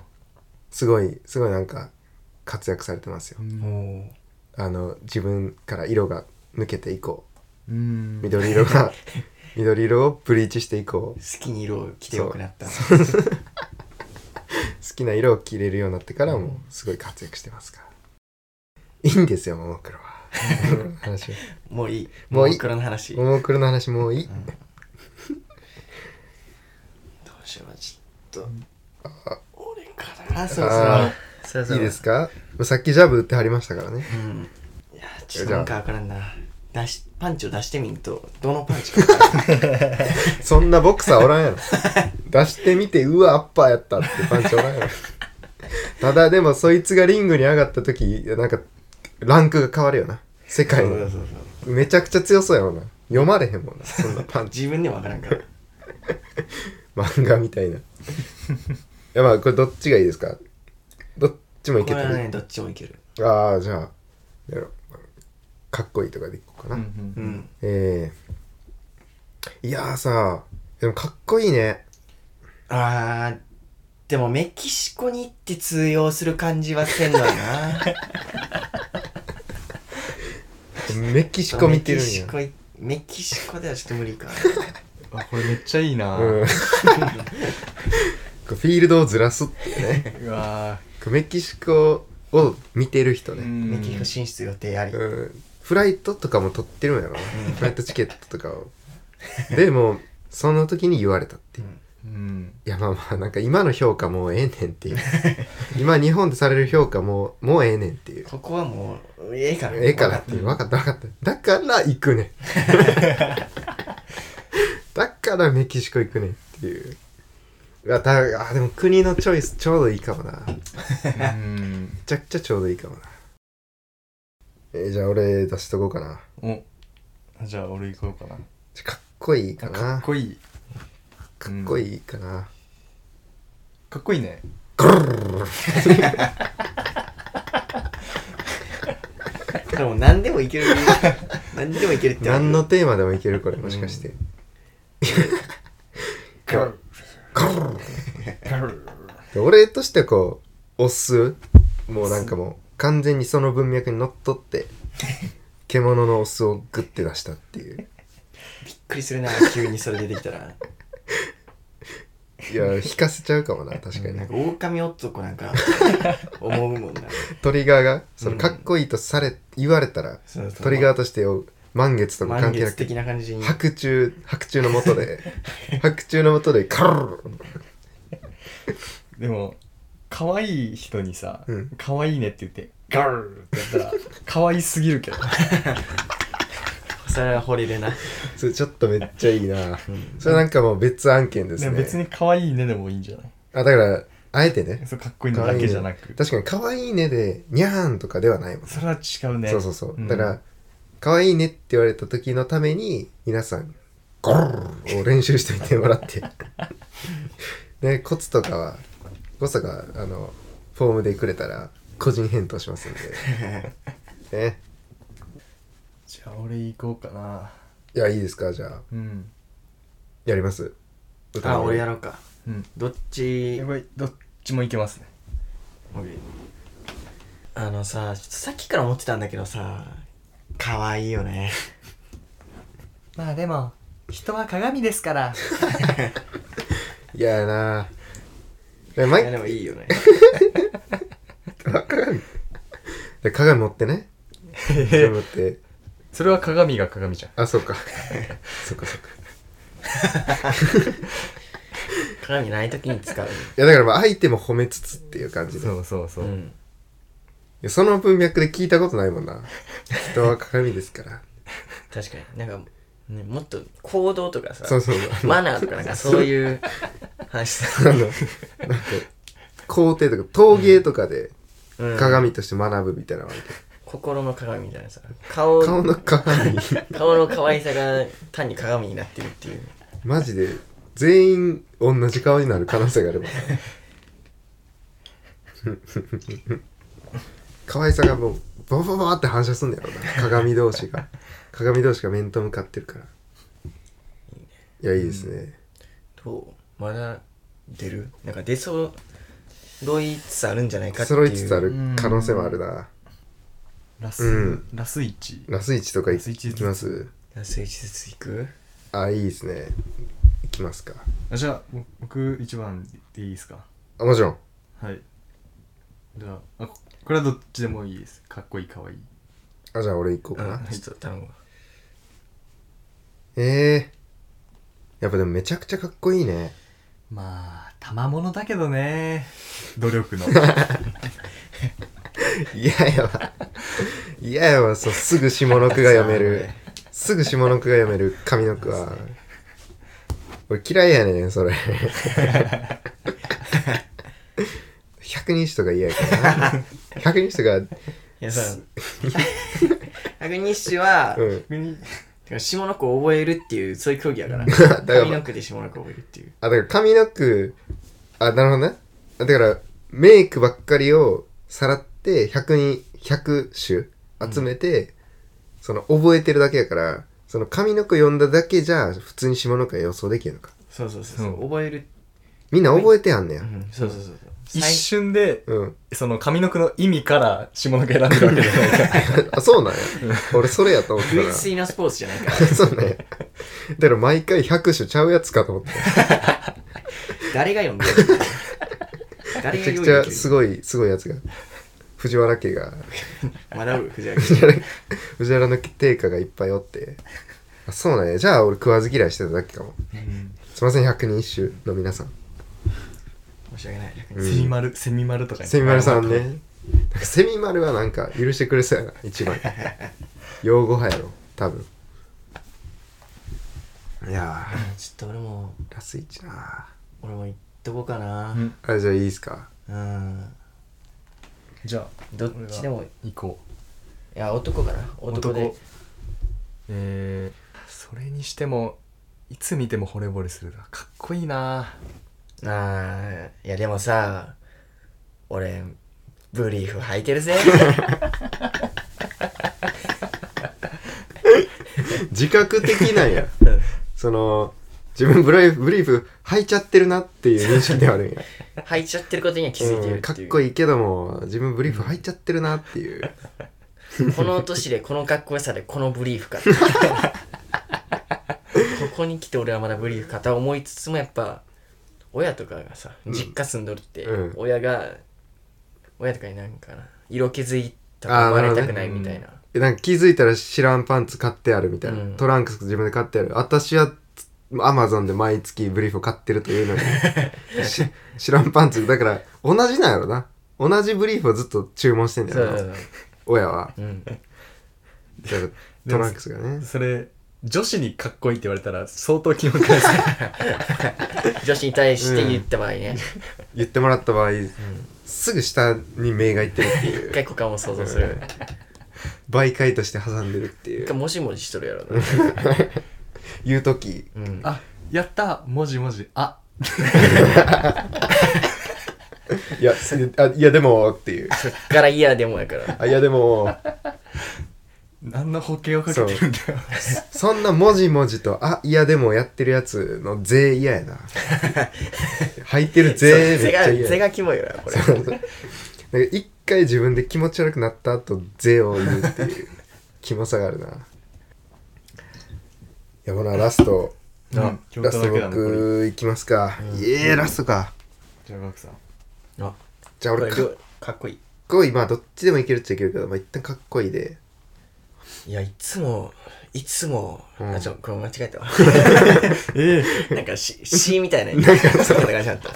Speaker 1: すごいすごいなんか活躍されてますよ、
Speaker 3: おお
Speaker 1: あの自分から色が抜けていこ
Speaker 2: うん
Speaker 1: う緑色 が緑色をブリーチしていこう
Speaker 3: 好きに色を着てよくなった
Speaker 1: 好きな色を着れるようになってからもうすごい活躍してますからいいんですよももクロはうん話は
Speaker 3: もういい
Speaker 1: もういい
Speaker 3: も黒の話
Speaker 1: ももクロの話もういい、
Speaker 3: うんどうしようちょっと俺からそろそ
Speaker 1: あ
Speaker 3: ろそろそ
Speaker 1: いい
Speaker 3: ろ
Speaker 1: ですかさっきジャブ打ってはりましたからね
Speaker 3: うんいやちょっとなんかわからんな出しパンチを出してみんとどのパンチか分 からん
Speaker 1: そんなボクサーおらん やろ出してみてうわアッパーやったってパンチおらんやろただでもそいつがリングに上がった時なんかランクが変わるよな世界
Speaker 3: そうそう
Speaker 1: の
Speaker 3: そうそう
Speaker 1: めちゃくちゃ強そうやもんな読まれへんもんなそんなパンチ
Speaker 3: 自分でも分からんから
Speaker 1: 漫画みた いないやまあこれどっちがいいですかどっちもい
Speaker 3: こ
Speaker 1: け
Speaker 3: れ
Speaker 1: た
Speaker 3: はね
Speaker 1: ね
Speaker 3: どっちもいける
Speaker 1: ああじゃあやろうかっこいいとかでいこうかな、
Speaker 2: うん
Speaker 3: う
Speaker 2: うん
Speaker 3: ん
Speaker 1: ええいやーさでもかっこいいね
Speaker 3: あーでもメキシコに行って通用する感じはせんのよ な
Speaker 1: メキシコ見てるん
Speaker 3: メキシ
Speaker 1: や
Speaker 3: コいメキシコではちょっと無理か
Speaker 2: あこれめっちゃいいな
Speaker 1: うん こうフィールドをずらすっていうね
Speaker 2: うわ
Speaker 1: こうメキシコを見てる人
Speaker 2: ーう
Speaker 1: ね、
Speaker 2: ん
Speaker 3: メキシコ進出予定あり、
Speaker 1: うん、フライトとかも取ってるんやろなフライトチケットとかをでもその時に言われたっていう、
Speaker 3: うん
Speaker 2: うん
Speaker 1: いやまあまあなんか今の評価もうええねんっていう今日本でされる評価ももうええねんっていう
Speaker 3: ここはもうええから
Speaker 1: ええからっていう分かった分かっただから行く ねんだからメキシコ行くねんっていういやだあでも国のチョイスちょうどいいかもなめ
Speaker 2: うん
Speaker 1: ちゃくちゃちょうどいいかもなえーじゃあ俺出しとこうかな
Speaker 2: おじゃあ俺行こうかな
Speaker 1: ちょかっこいいかな
Speaker 2: かっこいい
Speaker 1: かっこいいかな、
Speaker 2: かっこいいね
Speaker 3: だからもう何でも いける何でもいけるって
Speaker 1: 何のテーマでもいけるこれもしかして、
Speaker 2: か
Speaker 1: で俺としてはこう押すもうなんかもう完全にその文脈にのっとって 獣のオスをグッて出したっていう
Speaker 3: びっくりするな急にそれ出てきたら
Speaker 1: いや引かせちゃうかもな確かに
Speaker 3: なんか狼男な んか思うもんな
Speaker 1: トリガーがその
Speaker 3: うん
Speaker 1: かっこいいとされ言われたら
Speaker 3: そうそう
Speaker 1: トリガーとしてよ満月とか
Speaker 3: 満
Speaker 1: 関係な
Speaker 3: 月
Speaker 1: く
Speaker 3: 的な感じに
Speaker 1: 白昼白昼のもと で白昼のもとでカルル
Speaker 2: でも可愛い人にさ
Speaker 1: うん
Speaker 2: 「可愛いね」って言って「ガル!」ってやったら可愛すぎ るけど
Speaker 3: それは掘れるな
Speaker 1: それちょっとめっちゃいいなそれなんかもう別案件です
Speaker 2: で
Speaker 1: ね
Speaker 2: も別に可愛いねでもいいんじゃない
Speaker 1: あだからあえてね
Speaker 2: そうかっこいいのだけじゃなく
Speaker 1: 確かに可愛いねでニャーンとかではないもん
Speaker 2: それは違うね
Speaker 1: そうそうそう、
Speaker 2: ん
Speaker 1: だから可愛いねって言われた時のために皆さん「ゴルルを練習してみてもらって でコツとかはコツとかあのフォームでくれたら個人返答しますんで ね
Speaker 2: じゃあ俺行こうかない
Speaker 1: やいいですかじゃあ
Speaker 2: うん
Speaker 1: やります歌
Speaker 3: あ
Speaker 1: の
Speaker 3: 俺やろうか
Speaker 2: うん
Speaker 3: どっち
Speaker 2: えこれどっちもいけますね
Speaker 3: あのさちょっとさっきから思ってたんだけどさ可愛いよね
Speaker 2: まあでも人は鏡ですから
Speaker 1: いややなで
Speaker 3: い
Speaker 1: 毎
Speaker 3: やでもいいよね
Speaker 1: 鏡で鏡持って ね鏡持って
Speaker 2: それは鏡が鏡じゃん
Speaker 1: あ そうかそうかそうか
Speaker 3: 鏡ない時に使う
Speaker 1: いやだからまあ相手も褒めつつっていう感じで
Speaker 2: そうそうそううん
Speaker 1: いやその文脈で聞いたことないもんな人は鏡ですから
Speaker 3: 確かになんか、ね、もっと行動とかさ
Speaker 1: そうそう
Speaker 3: マナーとかなんかそういう話
Speaker 1: あの
Speaker 3: さ
Speaker 1: なんか皇帝とか陶芸とかで
Speaker 3: うん
Speaker 1: 鏡として学ぶみたいなのがあるけ
Speaker 3: 心の鏡みたいなさ顔
Speaker 1: ど顔の鏡
Speaker 3: 顔の可愛さが単に鏡になってるっていう
Speaker 1: マジで全員同じ顔になる可能性があれば可愛さがもうボボボボって反射すんだよな鏡同士が鏡同士が面と向かってるからいやいいですね、
Speaker 3: どうまだ出るなんか出そう揃いつつあるんじゃないかっていう
Speaker 1: 揃いつつある可能性もあるな
Speaker 2: ラス、
Speaker 1: うん
Speaker 2: ラスイチ
Speaker 1: ラスイチとかい
Speaker 2: ラスイチ
Speaker 1: 行きます
Speaker 3: 安い施設行く
Speaker 1: あいいですね行きますか
Speaker 2: あじゃあぼ僕一番でいいですか
Speaker 1: あもちろん
Speaker 2: はいじゃああここれはどっちでもいいですかっこいいかわいい
Speaker 1: あじゃあ俺行こうかな、
Speaker 3: うんちょっと頼むわ
Speaker 1: ええやっぱでもめちゃくちゃかっこいいね
Speaker 2: まあ賜物だけどね努力の
Speaker 1: 嫌やわ嫌やわそうすぐ下の句が読め るすぐ下の句が読める上の句は俺嫌いやねんそ れ百人一とか嫌やからな百人一とか
Speaker 3: いやさ 百人一首は、
Speaker 1: うん
Speaker 3: てか下の子を覚えるっていうそういう競技やから
Speaker 1: だから
Speaker 3: 上の句で下の子を覚えるっていう
Speaker 1: あだから上の句あなるほどねだからメイクばっかりをさらって100人100種集めて、その覚えてるだけやからその上の句読んだだけじゃ普通に下の句は予想できるのか
Speaker 3: そうそうそうそう、
Speaker 2: うん
Speaker 3: 覚える、
Speaker 1: みんな覚えてやんねや
Speaker 3: うん、そうそうそうそう
Speaker 2: 一
Speaker 3: 最
Speaker 2: 瞬で
Speaker 1: うん、
Speaker 2: その上の句の意味から下の句選んでるわけじゃないから
Speaker 1: あそうなんや俺それやと思ってた
Speaker 3: 類
Speaker 1: ら
Speaker 3: 推なスポーツじゃない から
Speaker 1: そうなんやだから毎回100種ちゃうやつかと思って
Speaker 3: 誰が読んでる誰
Speaker 1: め
Speaker 3: が
Speaker 1: ちゃ
Speaker 3: 読
Speaker 1: く
Speaker 3: ん
Speaker 1: ち
Speaker 3: でる
Speaker 1: ゃすごいすごいやつが藤原家が
Speaker 3: まだ藤原
Speaker 1: 藤原藤原の定価がいっぱいおって あそうなんやじゃあ俺食わず嫌いしてただけかもすいません百人一首の皆さん
Speaker 3: 申し訳ない百
Speaker 1: うん
Speaker 3: 人
Speaker 2: セミ丸セミ丸とかに
Speaker 1: セミマルさんねなんかセミマルはなんか許してくれそうやな一 番用語派やろ多分いや
Speaker 3: ちょっと俺も
Speaker 1: ーラスイチな
Speaker 3: 俺も行っとこうかな
Speaker 2: うん
Speaker 1: ーあじゃあいいですか
Speaker 3: うん
Speaker 2: じゃあ
Speaker 3: どっちでもい
Speaker 2: 行こう
Speaker 3: や男かな男で
Speaker 2: えー、それにしてもいつ見ても惚れ惚れするなかっこいいな
Speaker 3: ああいやでもさ俺ブリーフ履いてるぜ
Speaker 1: 自覚的なん や
Speaker 3: うん
Speaker 1: その自分ブレイブリーフ履いちゃってるなっていう認識ではあるんや
Speaker 3: 履いちゃってることに は気づいてる
Speaker 1: うんか
Speaker 3: ってい
Speaker 1: っ
Speaker 3: う
Speaker 1: こいいけども自分ブリーフ履いちゃってるなっていう
Speaker 3: この年でこのかっこよさでこのブリーフか ここに来て俺はまだブリーフかとは思いつつもやっぱ親とかがさ実家住んどるって、
Speaker 1: うん
Speaker 3: 親が親とかになんかな色気づいた
Speaker 1: あー
Speaker 3: か思われたく
Speaker 1: な
Speaker 3: な
Speaker 2: る
Speaker 3: い
Speaker 2: ほど
Speaker 3: み
Speaker 2: ね
Speaker 3: たいな
Speaker 1: えなんか気づいたら知らんパンツ買ってあるみたいな、
Speaker 3: うん
Speaker 1: トランクス自分で買ってある私はアマゾンで毎月ブリーフを買ってるというの にし知らんパンツだから同じなんやろな同じブリーフをずっと注文してんだ
Speaker 3: そう
Speaker 1: よ
Speaker 3: そうそ
Speaker 1: な
Speaker 3: う
Speaker 1: 親は
Speaker 3: うん
Speaker 1: だからトランクスがね
Speaker 2: それ女子にかっこいいって言われたら相当気持ち悪い
Speaker 3: 女子に対して言った場合ね、
Speaker 1: 言ってもらった場合、すぐ下に目がいってるってい
Speaker 3: 一
Speaker 1: う
Speaker 3: 回股間を想像する
Speaker 1: 媒介として挟んでるってい
Speaker 3: 一回
Speaker 1: う
Speaker 3: もじもじしとるやろな、
Speaker 1: 言う時
Speaker 3: うん、
Speaker 2: あやった文字文字あ
Speaker 1: いやすあいやでもっていう
Speaker 3: そっから嫌でもやから
Speaker 1: あいやでも
Speaker 2: 何の保険をかけてるんだよ
Speaker 1: そんなもじもじと、あ、いやでもやってるやつの税嫌やな。履いてる 税め
Speaker 3: 背
Speaker 1: っちゃ
Speaker 3: が
Speaker 1: 嫌
Speaker 3: 背
Speaker 1: や。
Speaker 3: がキモいよなこ れ
Speaker 1: そうそうなんか一回自分で気持ち悪くなった後、税を言うっていう気もさがあるな。いや、ほな、ラスト。
Speaker 2: うん
Speaker 1: ラス
Speaker 2: 京都だけ
Speaker 1: ト
Speaker 2: だな
Speaker 1: 僕いきますか。いえ、ラストか。
Speaker 2: じゃあガクさん
Speaker 3: あ
Speaker 1: じゃあ
Speaker 3: こ
Speaker 1: 俺
Speaker 3: れ
Speaker 1: かっ
Speaker 3: かっこいい
Speaker 1: こいい。まあどっちでもいけるっちゃいけるけど、まあ一旦かっこいいで。
Speaker 3: いや、いつも、いつも、
Speaker 1: うん
Speaker 3: あ、ちょ、これ間違えたわ。
Speaker 2: ええ
Speaker 3: なんか、し、しみたいな。なんか、そうな感じだった。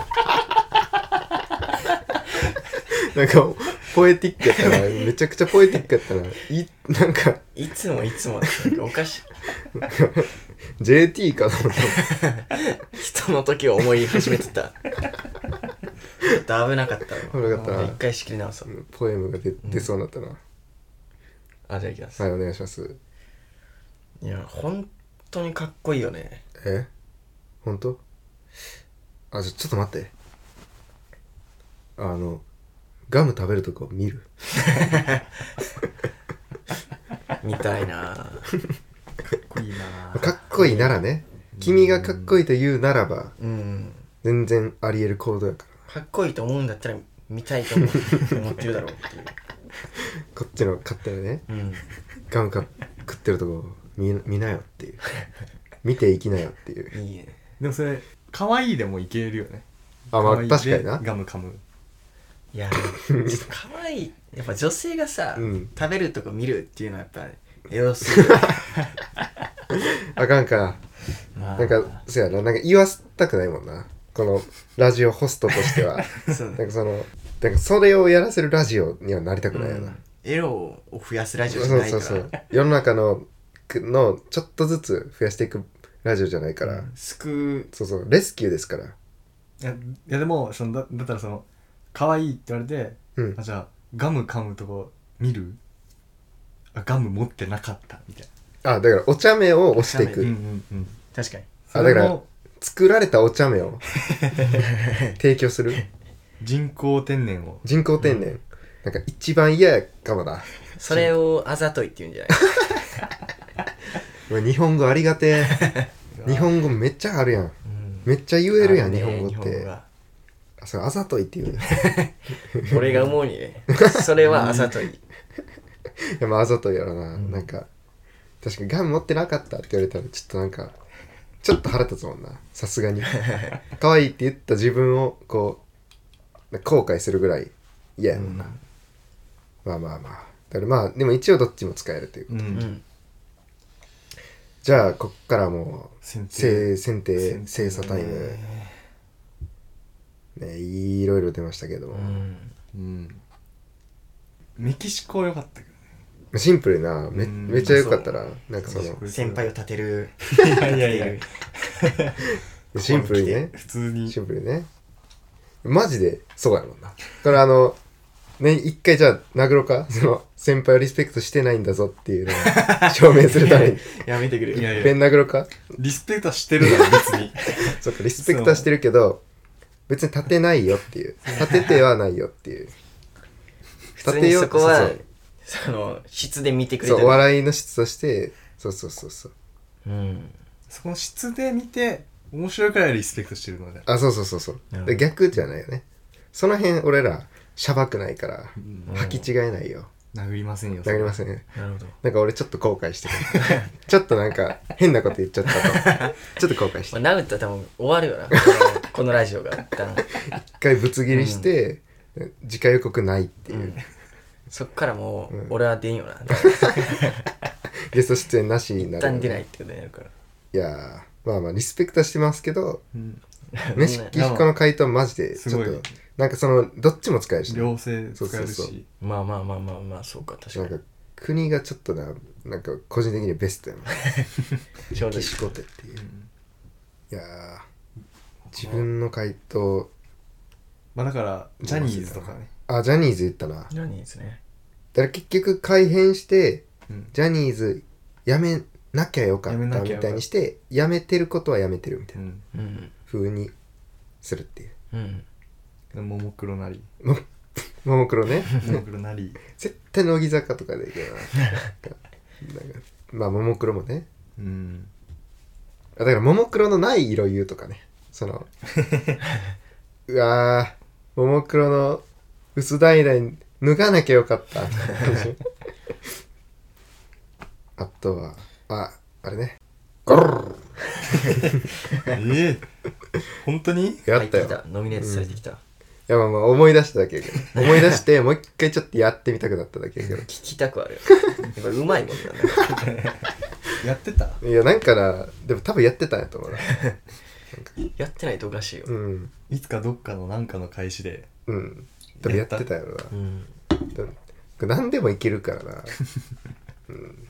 Speaker 1: なんか、ポエティックやったな。めちゃくちゃポエティックやったな。い、なんか、
Speaker 3: いつもいつも、なんかおかしい。
Speaker 1: JT かと思った。
Speaker 3: 人の時を思い始めてた。ちょっと危なかったわ
Speaker 1: 危なかったな
Speaker 3: 一回仕切り直そう
Speaker 1: うんポエムが出出そうになったな、
Speaker 3: あじゃあいきます、
Speaker 1: はいお願いします
Speaker 3: い、や本当にかっこいいよね
Speaker 1: え本当あじゃあちょっと待ってあのガム食べるとこ見る
Speaker 3: みたいな
Speaker 2: っこいいな
Speaker 1: かっこいいならね君がかっこいいと言うならば
Speaker 3: うん
Speaker 1: 全然あり得る行動やから
Speaker 3: かっこいいと思うんだったら見たいと思う思ってるだろうっていう
Speaker 1: こっちの勝手にね
Speaker 3: うん
Speaker 1: ガムか食ってるとこ見見なよっていう見ていきなよっていう
Speaker 3: いいね
Speaker 2: でもそれ可愛いでもいけるよね
Speaker 1: あまあ
Speaker 2: 可愛いで
Speaker 1: 確かにな
Speaker 2: ガム噛む
Speaker 3: いやちょっと可愛いやっぱ女性がさ、
Speaker 1: うん
Speaker 3: 食べるとこ見るっていうのはやっぱエロす ぎる
Speaker 1: あかんか
Speaker 3: まあ
Speaker 1: なんかそやななんか言わせたくないもんなこのラジオホストとしては
Speaker 3: そう
Speaker 1: なんかそのなんかそれをやらせるラジオにはなりたくないよな、
Speaker 3: エロを増やすラジオじゃ
Speaker 1: そう
Speaker 3: ないか
Speaker 1: そう
Speaker 3: ら
Speaker 1: そう世の中のくのちょっとずつ増やしていくラジオじゃないから、
Speaker 3: 救
Speaker 1: そうそうレスキューですから
Speaker 2: いやいやでもそのだだったらその可愛いって言われて
Speaker 1: うん
Speaker 2: あじゃあガム噛むとこ見るあガム持ってなかったみたい
Speaker 1: あだからお茶目を押してい
Speaker 3: お
Speaker 2: な
Speaker 1: く、
Speaker 3: 茶
Speaker 2: うんうんうん
Speaker 3: う確かに
Speaker 1: あ
Speaker 2: そ
Speaker 1: だ
Speaker 2: れ
Speaker 1: から
Speaker 2: も
Speaker 1: 作られたお茶目を提供する
Speaker 2: 人工天然を
Speaker 1: 人工天然、なんか一番嫌やかもな
Speaker 3: それをあざといって言うんじゃない
Speaker 1: お前日本語ありがて え日本語めっちゃあるやんめっちゃ言えるやん、
Speaker 3: あのね
Speaker 1: 日本語っ
Speaker 3: 日
Speaker 1: て
Speaker 3: 本 語は
Speaker 1: あそれあざといっていうい
Speaker 3: 俺が思うにねそれはあざとい
Speaker 1: やまああざといやろな、なんか確かにガム持ってなかったって言われたらちょっとなんかちょっと腹立つもんなさすが に可愛いって言った自分をこう後悔するぐらい嫌やもんな、まあまあまあだからまあでも一応どっちも使えるという、
Speaker 2: うん、
Speaker 3: うん
Speaker 1: じゃあこっからもう
Speaker 2: 選
Speaker 1: せ選定
Speaker 2: 選定
Speaker 1: 精査タイムねいろいろ出ましたけども、
Speaker 2: うんメキシコ良かったけ
Speaker 1: シンプルなめ
Speaker 2: うん
Speaker 1: めっちゃ良かったななんかそ
Speaker 2: ど
Speaker 1: の
Speaker 2: ね
Speaker 3: 先輩を立てる
Speaker 2: いやいやいや
Speaker 1: シンプルにね
Speaker 2: 普通に
Speaker 1: シンプルにねマジでそうやもんなこれあのね一回じゃあ殴ろうかその先輩をリスペクトしてないんだぞっていう のを証明するために
Speaker 3: やめてくれ
Speaker 2: いやいや
Speaker 1: ペン殴ろうか
Speaker 2: リスペクトはしてるだろ別に
Speaker 1: そっかリスペクトはしてるけど別に立てないよっていう立ててはないよっていう
Speaker 3: 普通にそこは
Speaker 1: そう
Speaker 3: その質で見てく
Speaker 1: そう
Speaker 3: れて
Speaker 1: そう
Speaker 3: る
Speaker 1: お笑いの質としてそうそうそうそう
Speaker 3: うん
Speaker 2: その質で見て面白いくらいリスペクトしてるので
Speaker 1: あそうそうそうそう
Speaker 3: なるほど
Speaker 1: で逆じゃないよねその辺俺らしゃばくないから
Speaker 2: ん
Speaker 1: 履き違えないよ
Speaker 2: 殴りませんよ
Speaker 1: 殴りませ
Speaker 2: ん
Speaker 1: んね
Speaker 3: なるほど
Speaker 1: なんか俺ちょっと後悔してる ちょっとなんか変なこと言っちゃった とちょっと後悔して
Speaker 3: まあ、
Speaker 1: る
Speaker 3: ナウったら多分終わるよなこのこの ラジオが一旦
Speaker 1: 一回ぶつ切りして、次回予告ないっていう、
Speaker 3: そっからもう、
Speaker 1: うん
Speaker 3: 俺は出ん よな
Speaker 1: ゲスト出演なしにな
Speaker 3: 一
Speaker 1: るよね、
Speaker 3: 旦出ないってことになるから
Speaker 1: いやーまあまあリスペクトはしてますけど
Speaker 2: うん
Speaker 1: メキシコの回答マジでちょっ
Speaker 2: す
Speaker 1: と
Speaker 2: ごい
Speaker 1: なんかそのどっちも使えるしね
Speaker 2: 両性使える
Speaker 1: そうそう
Speaker 2: し
Speaker 3: まあまあまあまあまあそうか確
Speaker 1: なん
Speaker 3: か
Speaker 1: か国がちょっとななんか個人的にベストや な
Speaker 3: にちょうどいい
Speaker 1: 岸コテっていう、いやー自分の回答
Speaker 2: まあだからジャニーズとかね
Speaker 1: あジャニーズ言ったなだか
Speaker 3: 何ですね
Speaker 1: ら結局改編して
Speaker 2: うん
Speaker 1: ジャニーズやめなきゃよかっ
Speaker 2: やめな
Speaker 1: た
Speaker 2: きゃよか
Speaker 1: み
Speaker 2: った
Speaker 1: たいにしてやめてることはやめてるみたいな
Speaker 2: うん
Speaker 3: うん
Speaker 1: 風にするっていう
Speaker 3: うん
Speaker 2: ももクロなり
Speaker 1: もももクロ ね
Speaker 2: ももクロなり
Speaker 1: 絶対乃木坂とかでいいけどななんかまあももクロもね
Speaker 2: うん
Speaker 1: あだからももクロのない色言うとかねそ のうわーももクロの薄平脱がなきゃよかった あとはああれねゴロロ
Speaker 2: ええ本当に
Speaker 1: やったよ
Speaker 3: 入てきノミネートされてきた、
Speaker 1: いやまあまあ思い出しただけやけど 思い出してもう一回ちょっとやってみたくなっただけやけど
Speaker 3: 聞きた くあるやっぱうまいもんなんだ
Speaker 2: やってた
Speaker 1: いやなんかなでも多分やってたんやと思うな
Speaker 3: やってないとおかしいよ
Speaker 1: うん
Speaker 2: いつかどっかのなんかの開始で
Speaker 1: うん多分やってたやろな
Speaker 3: うん
Speaker 1: だ何でもいけるからな、うん、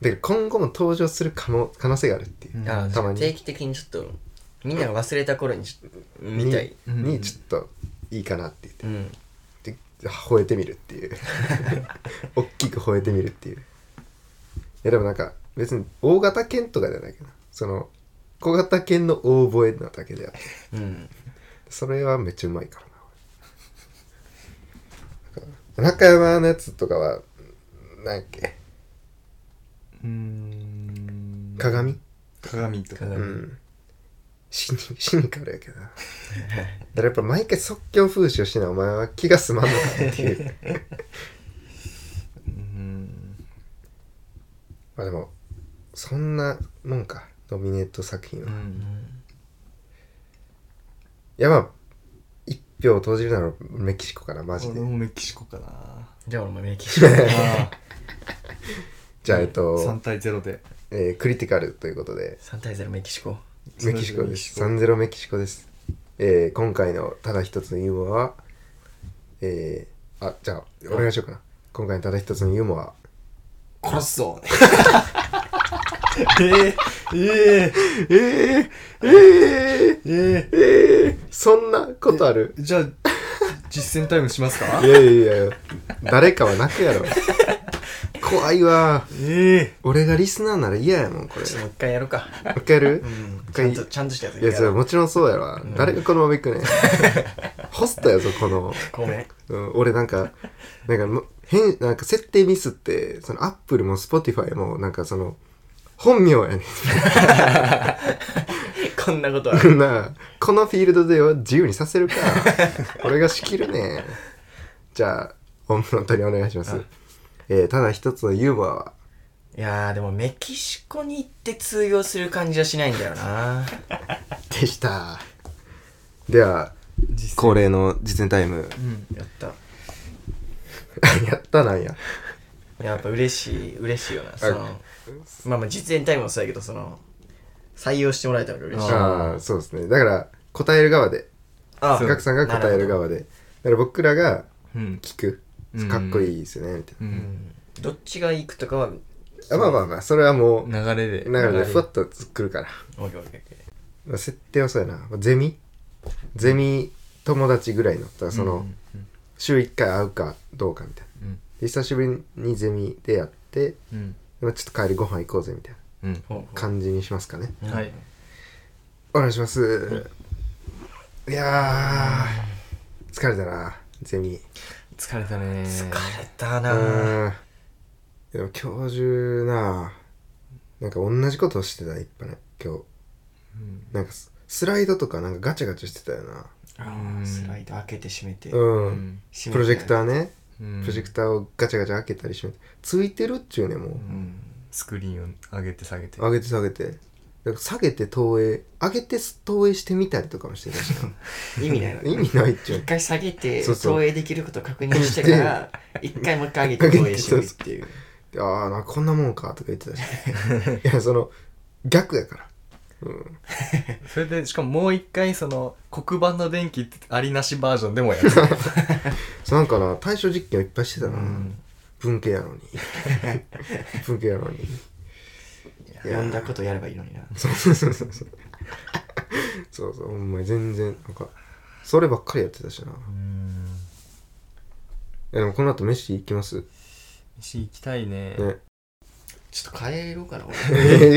Speaker 1: だから今後も登場する可能可能性があるっていう、
Speaker 2: うん
Speaker 3: あ
Speaker 1: たまに
Speaker 3: 定期的にちょっとみんなが忘れた頃にちょっと見たい
Speaker 1: にちょっといいかなって
Speaker 3: う
Speaker 1: 言っ
Speaker 3: ん
Speaker 1: てで吠えてみるって いう大きく吠えてみるっていういやでもなんか別に大型犬とかじゃないけどその小型犬の大声なだけであって
Speaker 3: うん
Speaker 1: それはめっちゃうまいからななんか中山のやつとかは何やっけ
Speaker 2: うーん
Speaker 1: 鏡
Speaker 2: 鏡とか
Speaker 1: う
Speaker 3: 鏡
Speaker 1: んシニシニカルやけどなだからやっぱ毎回即興風刺をしないお前は気が済まんのかっていう
Speaker 2: うーん
Speaker 1: まあでもそんなもんかノミネート作品は、
Speaker 2: う
Speaker 1: い
Speaker 2: ん
Speaker 1: やまあ一票投じるならメキシコかなマジ
Speaker 2: 俺
Speaker 1: で
Speaker 2: もメキシコかな
Speaker 3: じゃあ俺もメキシコ
Speaker 2: あ
Speaker 1: じゃあえっと、
Speaker 2: 3対0で
Speaker 1: えークリティカルということで
Speaker 3: 3対0メキシコ
Speaker 1: メキシコです3-0メキシコです、えー今回のただ一つのユーモアはえー、あじゃあお願いしようかな今回のただ一つのユーモアは
Speaker 2: 殺すぞえー、え
Speaker 1: えー、えー、
Speaker 2: ー、え
Speaker 1: えー、そんなことある
Speaker 2: ー、じゃあ実践タイムしますか
Speaker 1: いやいやいや誰かは泣くやろ怖いわ
Speaker 2: ええ
Speaker 1: 俺がリスナーなら嫌やもんこれ
Speaker 3: ちょっともう一回やろうか
Speaker 1: 受ける
Speaker 3: うんちゃ
Speaker 1: 回
Speaker 3: んとちゃんとしたやつ
Speaker 1: いやそれ
Speaker 3: ろう
Speaker 1: もちろんそうやわ、誰がこのまま行く ねんホストやぞこの、
Speaker 3: ごめん
Speaker 1: うん、俺なん かなんかむ変なんか設定ミスってそのアップルもスポティファイもなんかその本名やねん
Speaker 3: こんなことは
Speaker 1: なあこのフィールドでは自由にさせ るか俺が仕切るねじゃあ本当にお願いします、えーただ一つのユーモアはい
Speaker 3: やーでもメキシコに行って通用する感じはしないんだよな
Speaker 1: でしたでは
Speaker 2: 実践
Speaker 1: 恒例の実践タイ ム
Speaker 2: うん
Speaker 3: やった
Speaker 1: やったなんや
Speaker 3: やっぱ嬉しい嬉しいよなそのまあまあ実演タイムもそうやけどその採用してもらえたのが嬉しい
Speaker 1: ああそうですねだから答える側で
Speaker 3: あ
Speaker 1: お客さんが答える側でだから僕らが
Speaker 2: うん
Speaker 1: 聞く
Speaker 2: うん
Speaker 1: かっこいいですよねみたい
Speaker 2: うん
Speaker 3: どっちが行くとかは
Speaker 1: な、あまあまあまあそれはもう
Speaker 2: 流れで
Speaker 1: 流れでふわっと作るから
Speaker 3: オッケーオッケーオッケー
Speaker 1: まあ設定はそうやなゼミゼミ友達ぐらいのだからその、
Speaker 2: うん
Speaker 1: 週1回会うかどうかみたいな
Speaker 2: うん
Speaker 1: で久しぶりにゼミでやって
Speaker 2: うん
Speaker 1: まあちょっと帰りご飯行こうぜみたいな
Speaker 2: うん
Speaker 3: ほうほう
Speaker 1: 感じにしますかね
Speaker 2: うんはい
Speaker 1: お願いします、いやー疲れたなゼミ
Speaker 2: 疲れたね
Speaker 3: 疲れた
Speaker 1: う
Speaker 3: なぁ
Speaker 1: ーんでも今日中ななんか同じことしてたいっぱいね今日
Speaker 2: うん
Speaker 1: なんかススライドとかなんかガチャガチャしてたよな
Speaker 3: あースライド開けて閉めて
Speaker 1: うん、
Speaker 2: うん
Speaker 3: 閉めて
Speaker 1: プロジェクターね、
Speaker 2: うん
Speaker 1: プロジェクターをガチャガチャ開けたり閉めてついてるっちゅうねもう、
Speaker 2: うんスクリーンを上げて下げて
Speaker 1: 上げて下げてだから下げて投影上げて投影してみたりとかもしてたしな
Speaker 3: 意味ないの
Speaker 1: 意味ないっちゅ
Speaker 3: 一
Speaker 1: う
Speaker 3: 回下げて
Speaker 1: そうそう
Speaker 3: 投影できることを確認して から一回もう一回上げて投影してみるっていう
Speaker 1: で ああなんかこんなもんかとか言ってたし いやその逆やから、うん、
Speaker 2: それでしかももう一回その黒板の電気ってありなしバージョンでもやる
Speaker 1: そうなんかな対象実験をいっぱいしてたな、
Speaker 2: うん
Speaker 1: 文系やのに文系やのに
Speaker 3: いろんなことやればいいのにな
Speaker 1: そうそうそうそうそうそうそうほんまに全然なんかそればっかりやってたしない
Speaker 2: うん
Speaker 1: やでもこの後飯行きます
Speaker 2: 飯行きたいね
Speaker 1: ね
Speaker 3: ちょっと帰ろうかな 俺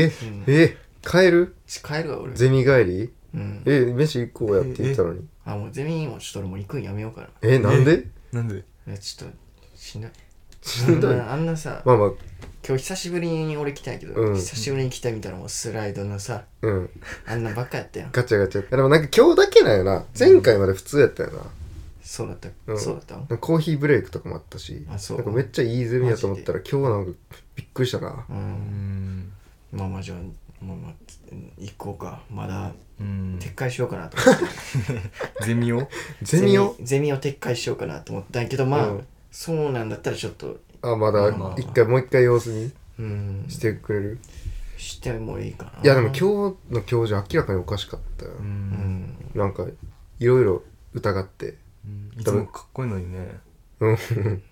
Speaker 1: え
Speaker 3: う
Speaker 1: ー
Speaker 3: ん、
Speaker 1: えー帰る
Speaker 3: ちょっと帰るわ俺
Speaker 1: ゼミ帰り
Speaker 3: うん
Speaker 1: えー飯行こうやって言ったのに
Speaker 3: あもうゼミもちょっと俺もう行くんやめようかな
Speaker 1: えなんで
Speaker 2: なんで
Speaker 3: いやちょっと しんどい
Speaker 1: しんどい
Speaker 3: あんなあんなさ
Speaker 1: まあまあ
Speaker 3: 今日久しぶりに俺来たんやけど、
Speaker 1: うん
Speaker 3: 久しぶりに来たみたいなもうスライドのさ
Speaker 1: うん
Speaker 3: あんなばっかやったやん
Speaker 1: ガチャガチャいやでもなんか今日だけなんよな前回まで普通やったよな
Speaker 3: そうだった、
Speaker 1: うん
Speaker 3: そうだったの
Speaker 1: なんかコーヒーブレイクとかもあったし
Speaker 3: あそう
Speaker 1: なんかめっちゃいいゼミやと思ったら今日なんかびっくりしたな
Speaker 3: う
Speaker 2: うんん
Speaker 3: まあまあじゃあまあまあ行こうかまだ
Speaker 2: うん
Speaker 3: 撤回しようかなと思って
Speaker 2: ゼミを
Speaker 1: ゼミを
Speaker 3: ゼミゼミを撤回しようかなと思ったんやけどまあ、
Speaker 1: うん
Speaker 3: そうなんだったらちょっと
Speaker 1: あま
Speaker 3: ま
Speaker 1: だ
Speaker 3: あまあまあ
Speaker 1: 一回もう一回様子見
Speaker 3: うん
Speaker 1: してくれる
Speaker 3: してもいいかない
Speaker 1: いやでも今日の教授明らかにおかしかったよ
Speaker 2: う
Speaker 3: うんん
Speaker 1: なんかいろいろ疑って
Speaker 2: いつもかっこいいのにね
Speaker 1: うん
Speaker 3: う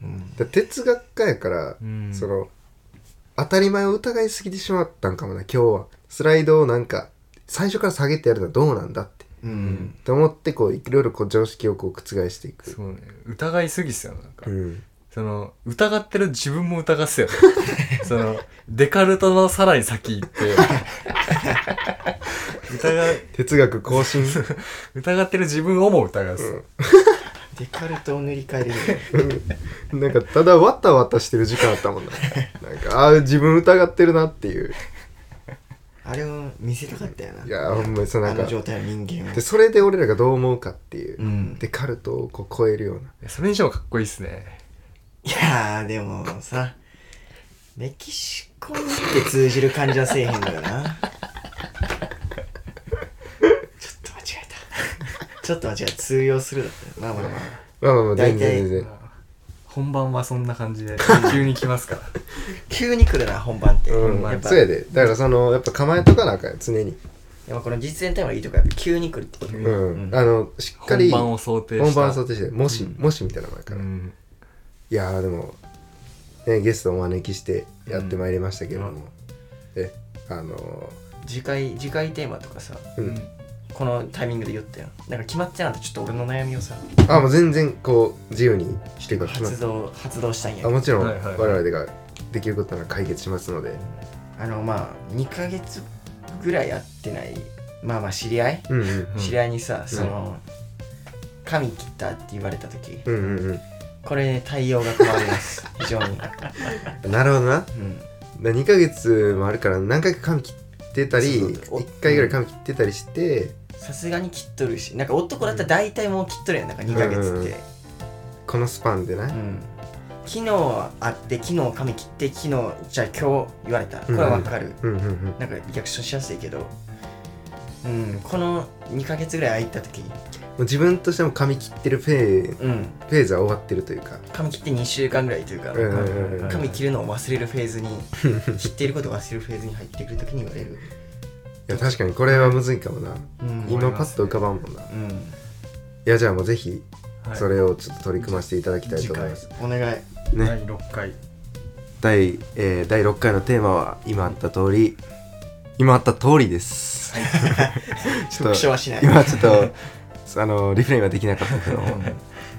Speaker 3: ん
Speaker 1: だ哲学家やから、
Speaker 2: うん
Speaker 1: その当たり前を疑いすぎてしまったんかもな今日はスライドをなんか最初から下げてやるのはどうなんだって
Speaker 2: うん
Speaker 1: と思ってこういろいろこう常識をこう覆していく
Speaker 2: そうね疑いすぎっすよなんか、
Speaker 1: うん
Speaker 2: その疑ってる自分も疑っす よそのデカルトのさらに先行って疑い
Speaker 1: 哲学更新
Speaker 2: 疑ってる自分をも疑うっす、
Speaker 3: デカルトを塗り替え る
Speaker 1: なんかただわたわたしてる時間あったもんななんかああ自分疑ってるなっていう
Speaker 3: あれを見せたかったよない
Speaker 1: やーほんまにそうな
Speaker 3: あ
Speaker 1: んか
Speaker 3: の状態の人間を
Speaker 1: でそれで俺らがどう思うかっていう、
Speaker 3: うん
Speaker 1: デカルトをこう超えるような
Speaker 2: それにしてもかっこいいっすね
Speaker 3: いやーでもさメキシコに行って通じる感じはせえへんのよなちょっと間違えたちょっと間違えた通用するだったまあまあまあ
Speaker 1: まあまあまあ
Speaker 3: 大
Speaker 1: 全
Speaker 3: 体
Speaker 1: 然全然
Speaker 2: 本番はそんな感じで急に来ますから
Speaker 3: 急に来るな本番って、
Speaker 1: うん、
Speaker 3: やっぱ
Speaker 1: そうやでだからそのやっぱ構えとかなあかん常に、
Speaker 3: でもこの実演タイムのいいとこやっぱ急に来るってこと
Speaker 1: う
Speaker 3: ね
Speaker 1: ん
Speaker 3: うん
Speaker 1: あのしっか
Speaker 2: 本
Speaker 1: り
Speaker 2: 番を想定した
Speaker 1: 本番想定してもし、もしみたいな前か
Speaker 2: う
Speaker 1: ら、い
Speaker 2: ん
Speaker 1: やーでも、ね、ゲストをお招きしてやってまいりましたけれども、
Speaker 2: うん
Speaker 1: えあの
Speaker 3: 次回次回テーマとかさ
Speaker 1: ー、うん
Speaker 3: このタイミングで言ったよなんか決まってなかったちょっと俺の悩みをさ
Speaker 1: あもう全然こう自由にしていただきま
Speaker 3: 発
Speaker 1: す
Speaker 3: 動発動したんや
Speaker 1: あもちろん
Speaker 2: はいはいはい
Speaker 1: 我々ができることなら解決しますので、
Speaker 3: あのまあ2ヶ月ぐらい会ってないまあまあ知り合い
Speaker 1: うんうん
Speaker 2: うん
Speaker 3: 知り合いにさ、その「髪切った」って言われた時
Speaker 1: うんうん
Speaker 3: これ、ね、対応が変わります非常に、
Speaker 1: うんなるほどな
Speaker 3: うん、
Speaker 1: 2ヶ月もあるから何回か髪切ってたり
Speaker 3: そうそうそうお
Speaker 1: 1回ぐらい髪切ってたりして
Speaker 3: さすがに切っとるしなんか男だったら大体もう切っとるやんなんか2ヶ月って、
Speaker 1: このスパンでな、
Speaker 3: うん昨日会って昨日髪切って昨日じゃあ今日言われたこれはわかる、
Speaker 1: うんうんうん
Speaker 3: なんかリアクションしやすいけどうんこの2ヶ月ぐらい空いた時
Speaker 1: もう自分としても髪切ってるフェー
Speaker 3: うん
Speaker 1: フェーズは終わってるというか
Speaker 3: 髪切って2週間ぐらいというか、
Speaker 1: うんうんうん
Speaker 3: 髪切るのを忘れるフェー ズに知っていることを忘れるフェーズに入ってくるときに言われる
Speaker 1: いや確かにこれはむずいかもな、
Speaker 3: うん
Speaker 2: い
Speaker 1: 今パッと浮かばんもんな、い
Speaker 3: うん
Speaker 1: やじゃあもうぜひ
Speaker 2: はい
Speaker 1: それをちょっと取り組ませていただきたいと思います、
Speaker 3: お願い
Speaker 1: ね
Speaker 2: 第6回
Speaker 1: 第、えー第6回のテーマは今あった通り今あった通りです、 ちょっ
Speaker 3: 復唱
Speaker 1: と
Speaker 3: はしない
Speaker 1: 今ちょっとあのリフレインはできなかったけども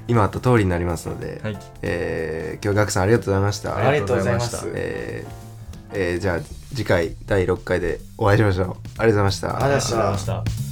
Speaker 1: 今あった通りになりますので、
Speaker 2: はい
Speaker 1: えー今日ガクさんありがとうございました、
Speaker 3: ありがとうございま
Speaker 2: あ
Speaker 3: す
Speaker 2: りがとうございました
Speaker 1: えーえーじゃあ次回第6回でお会いしましょうありがとうございました
Speaker 3: ありがとうございました
Speaker 2: した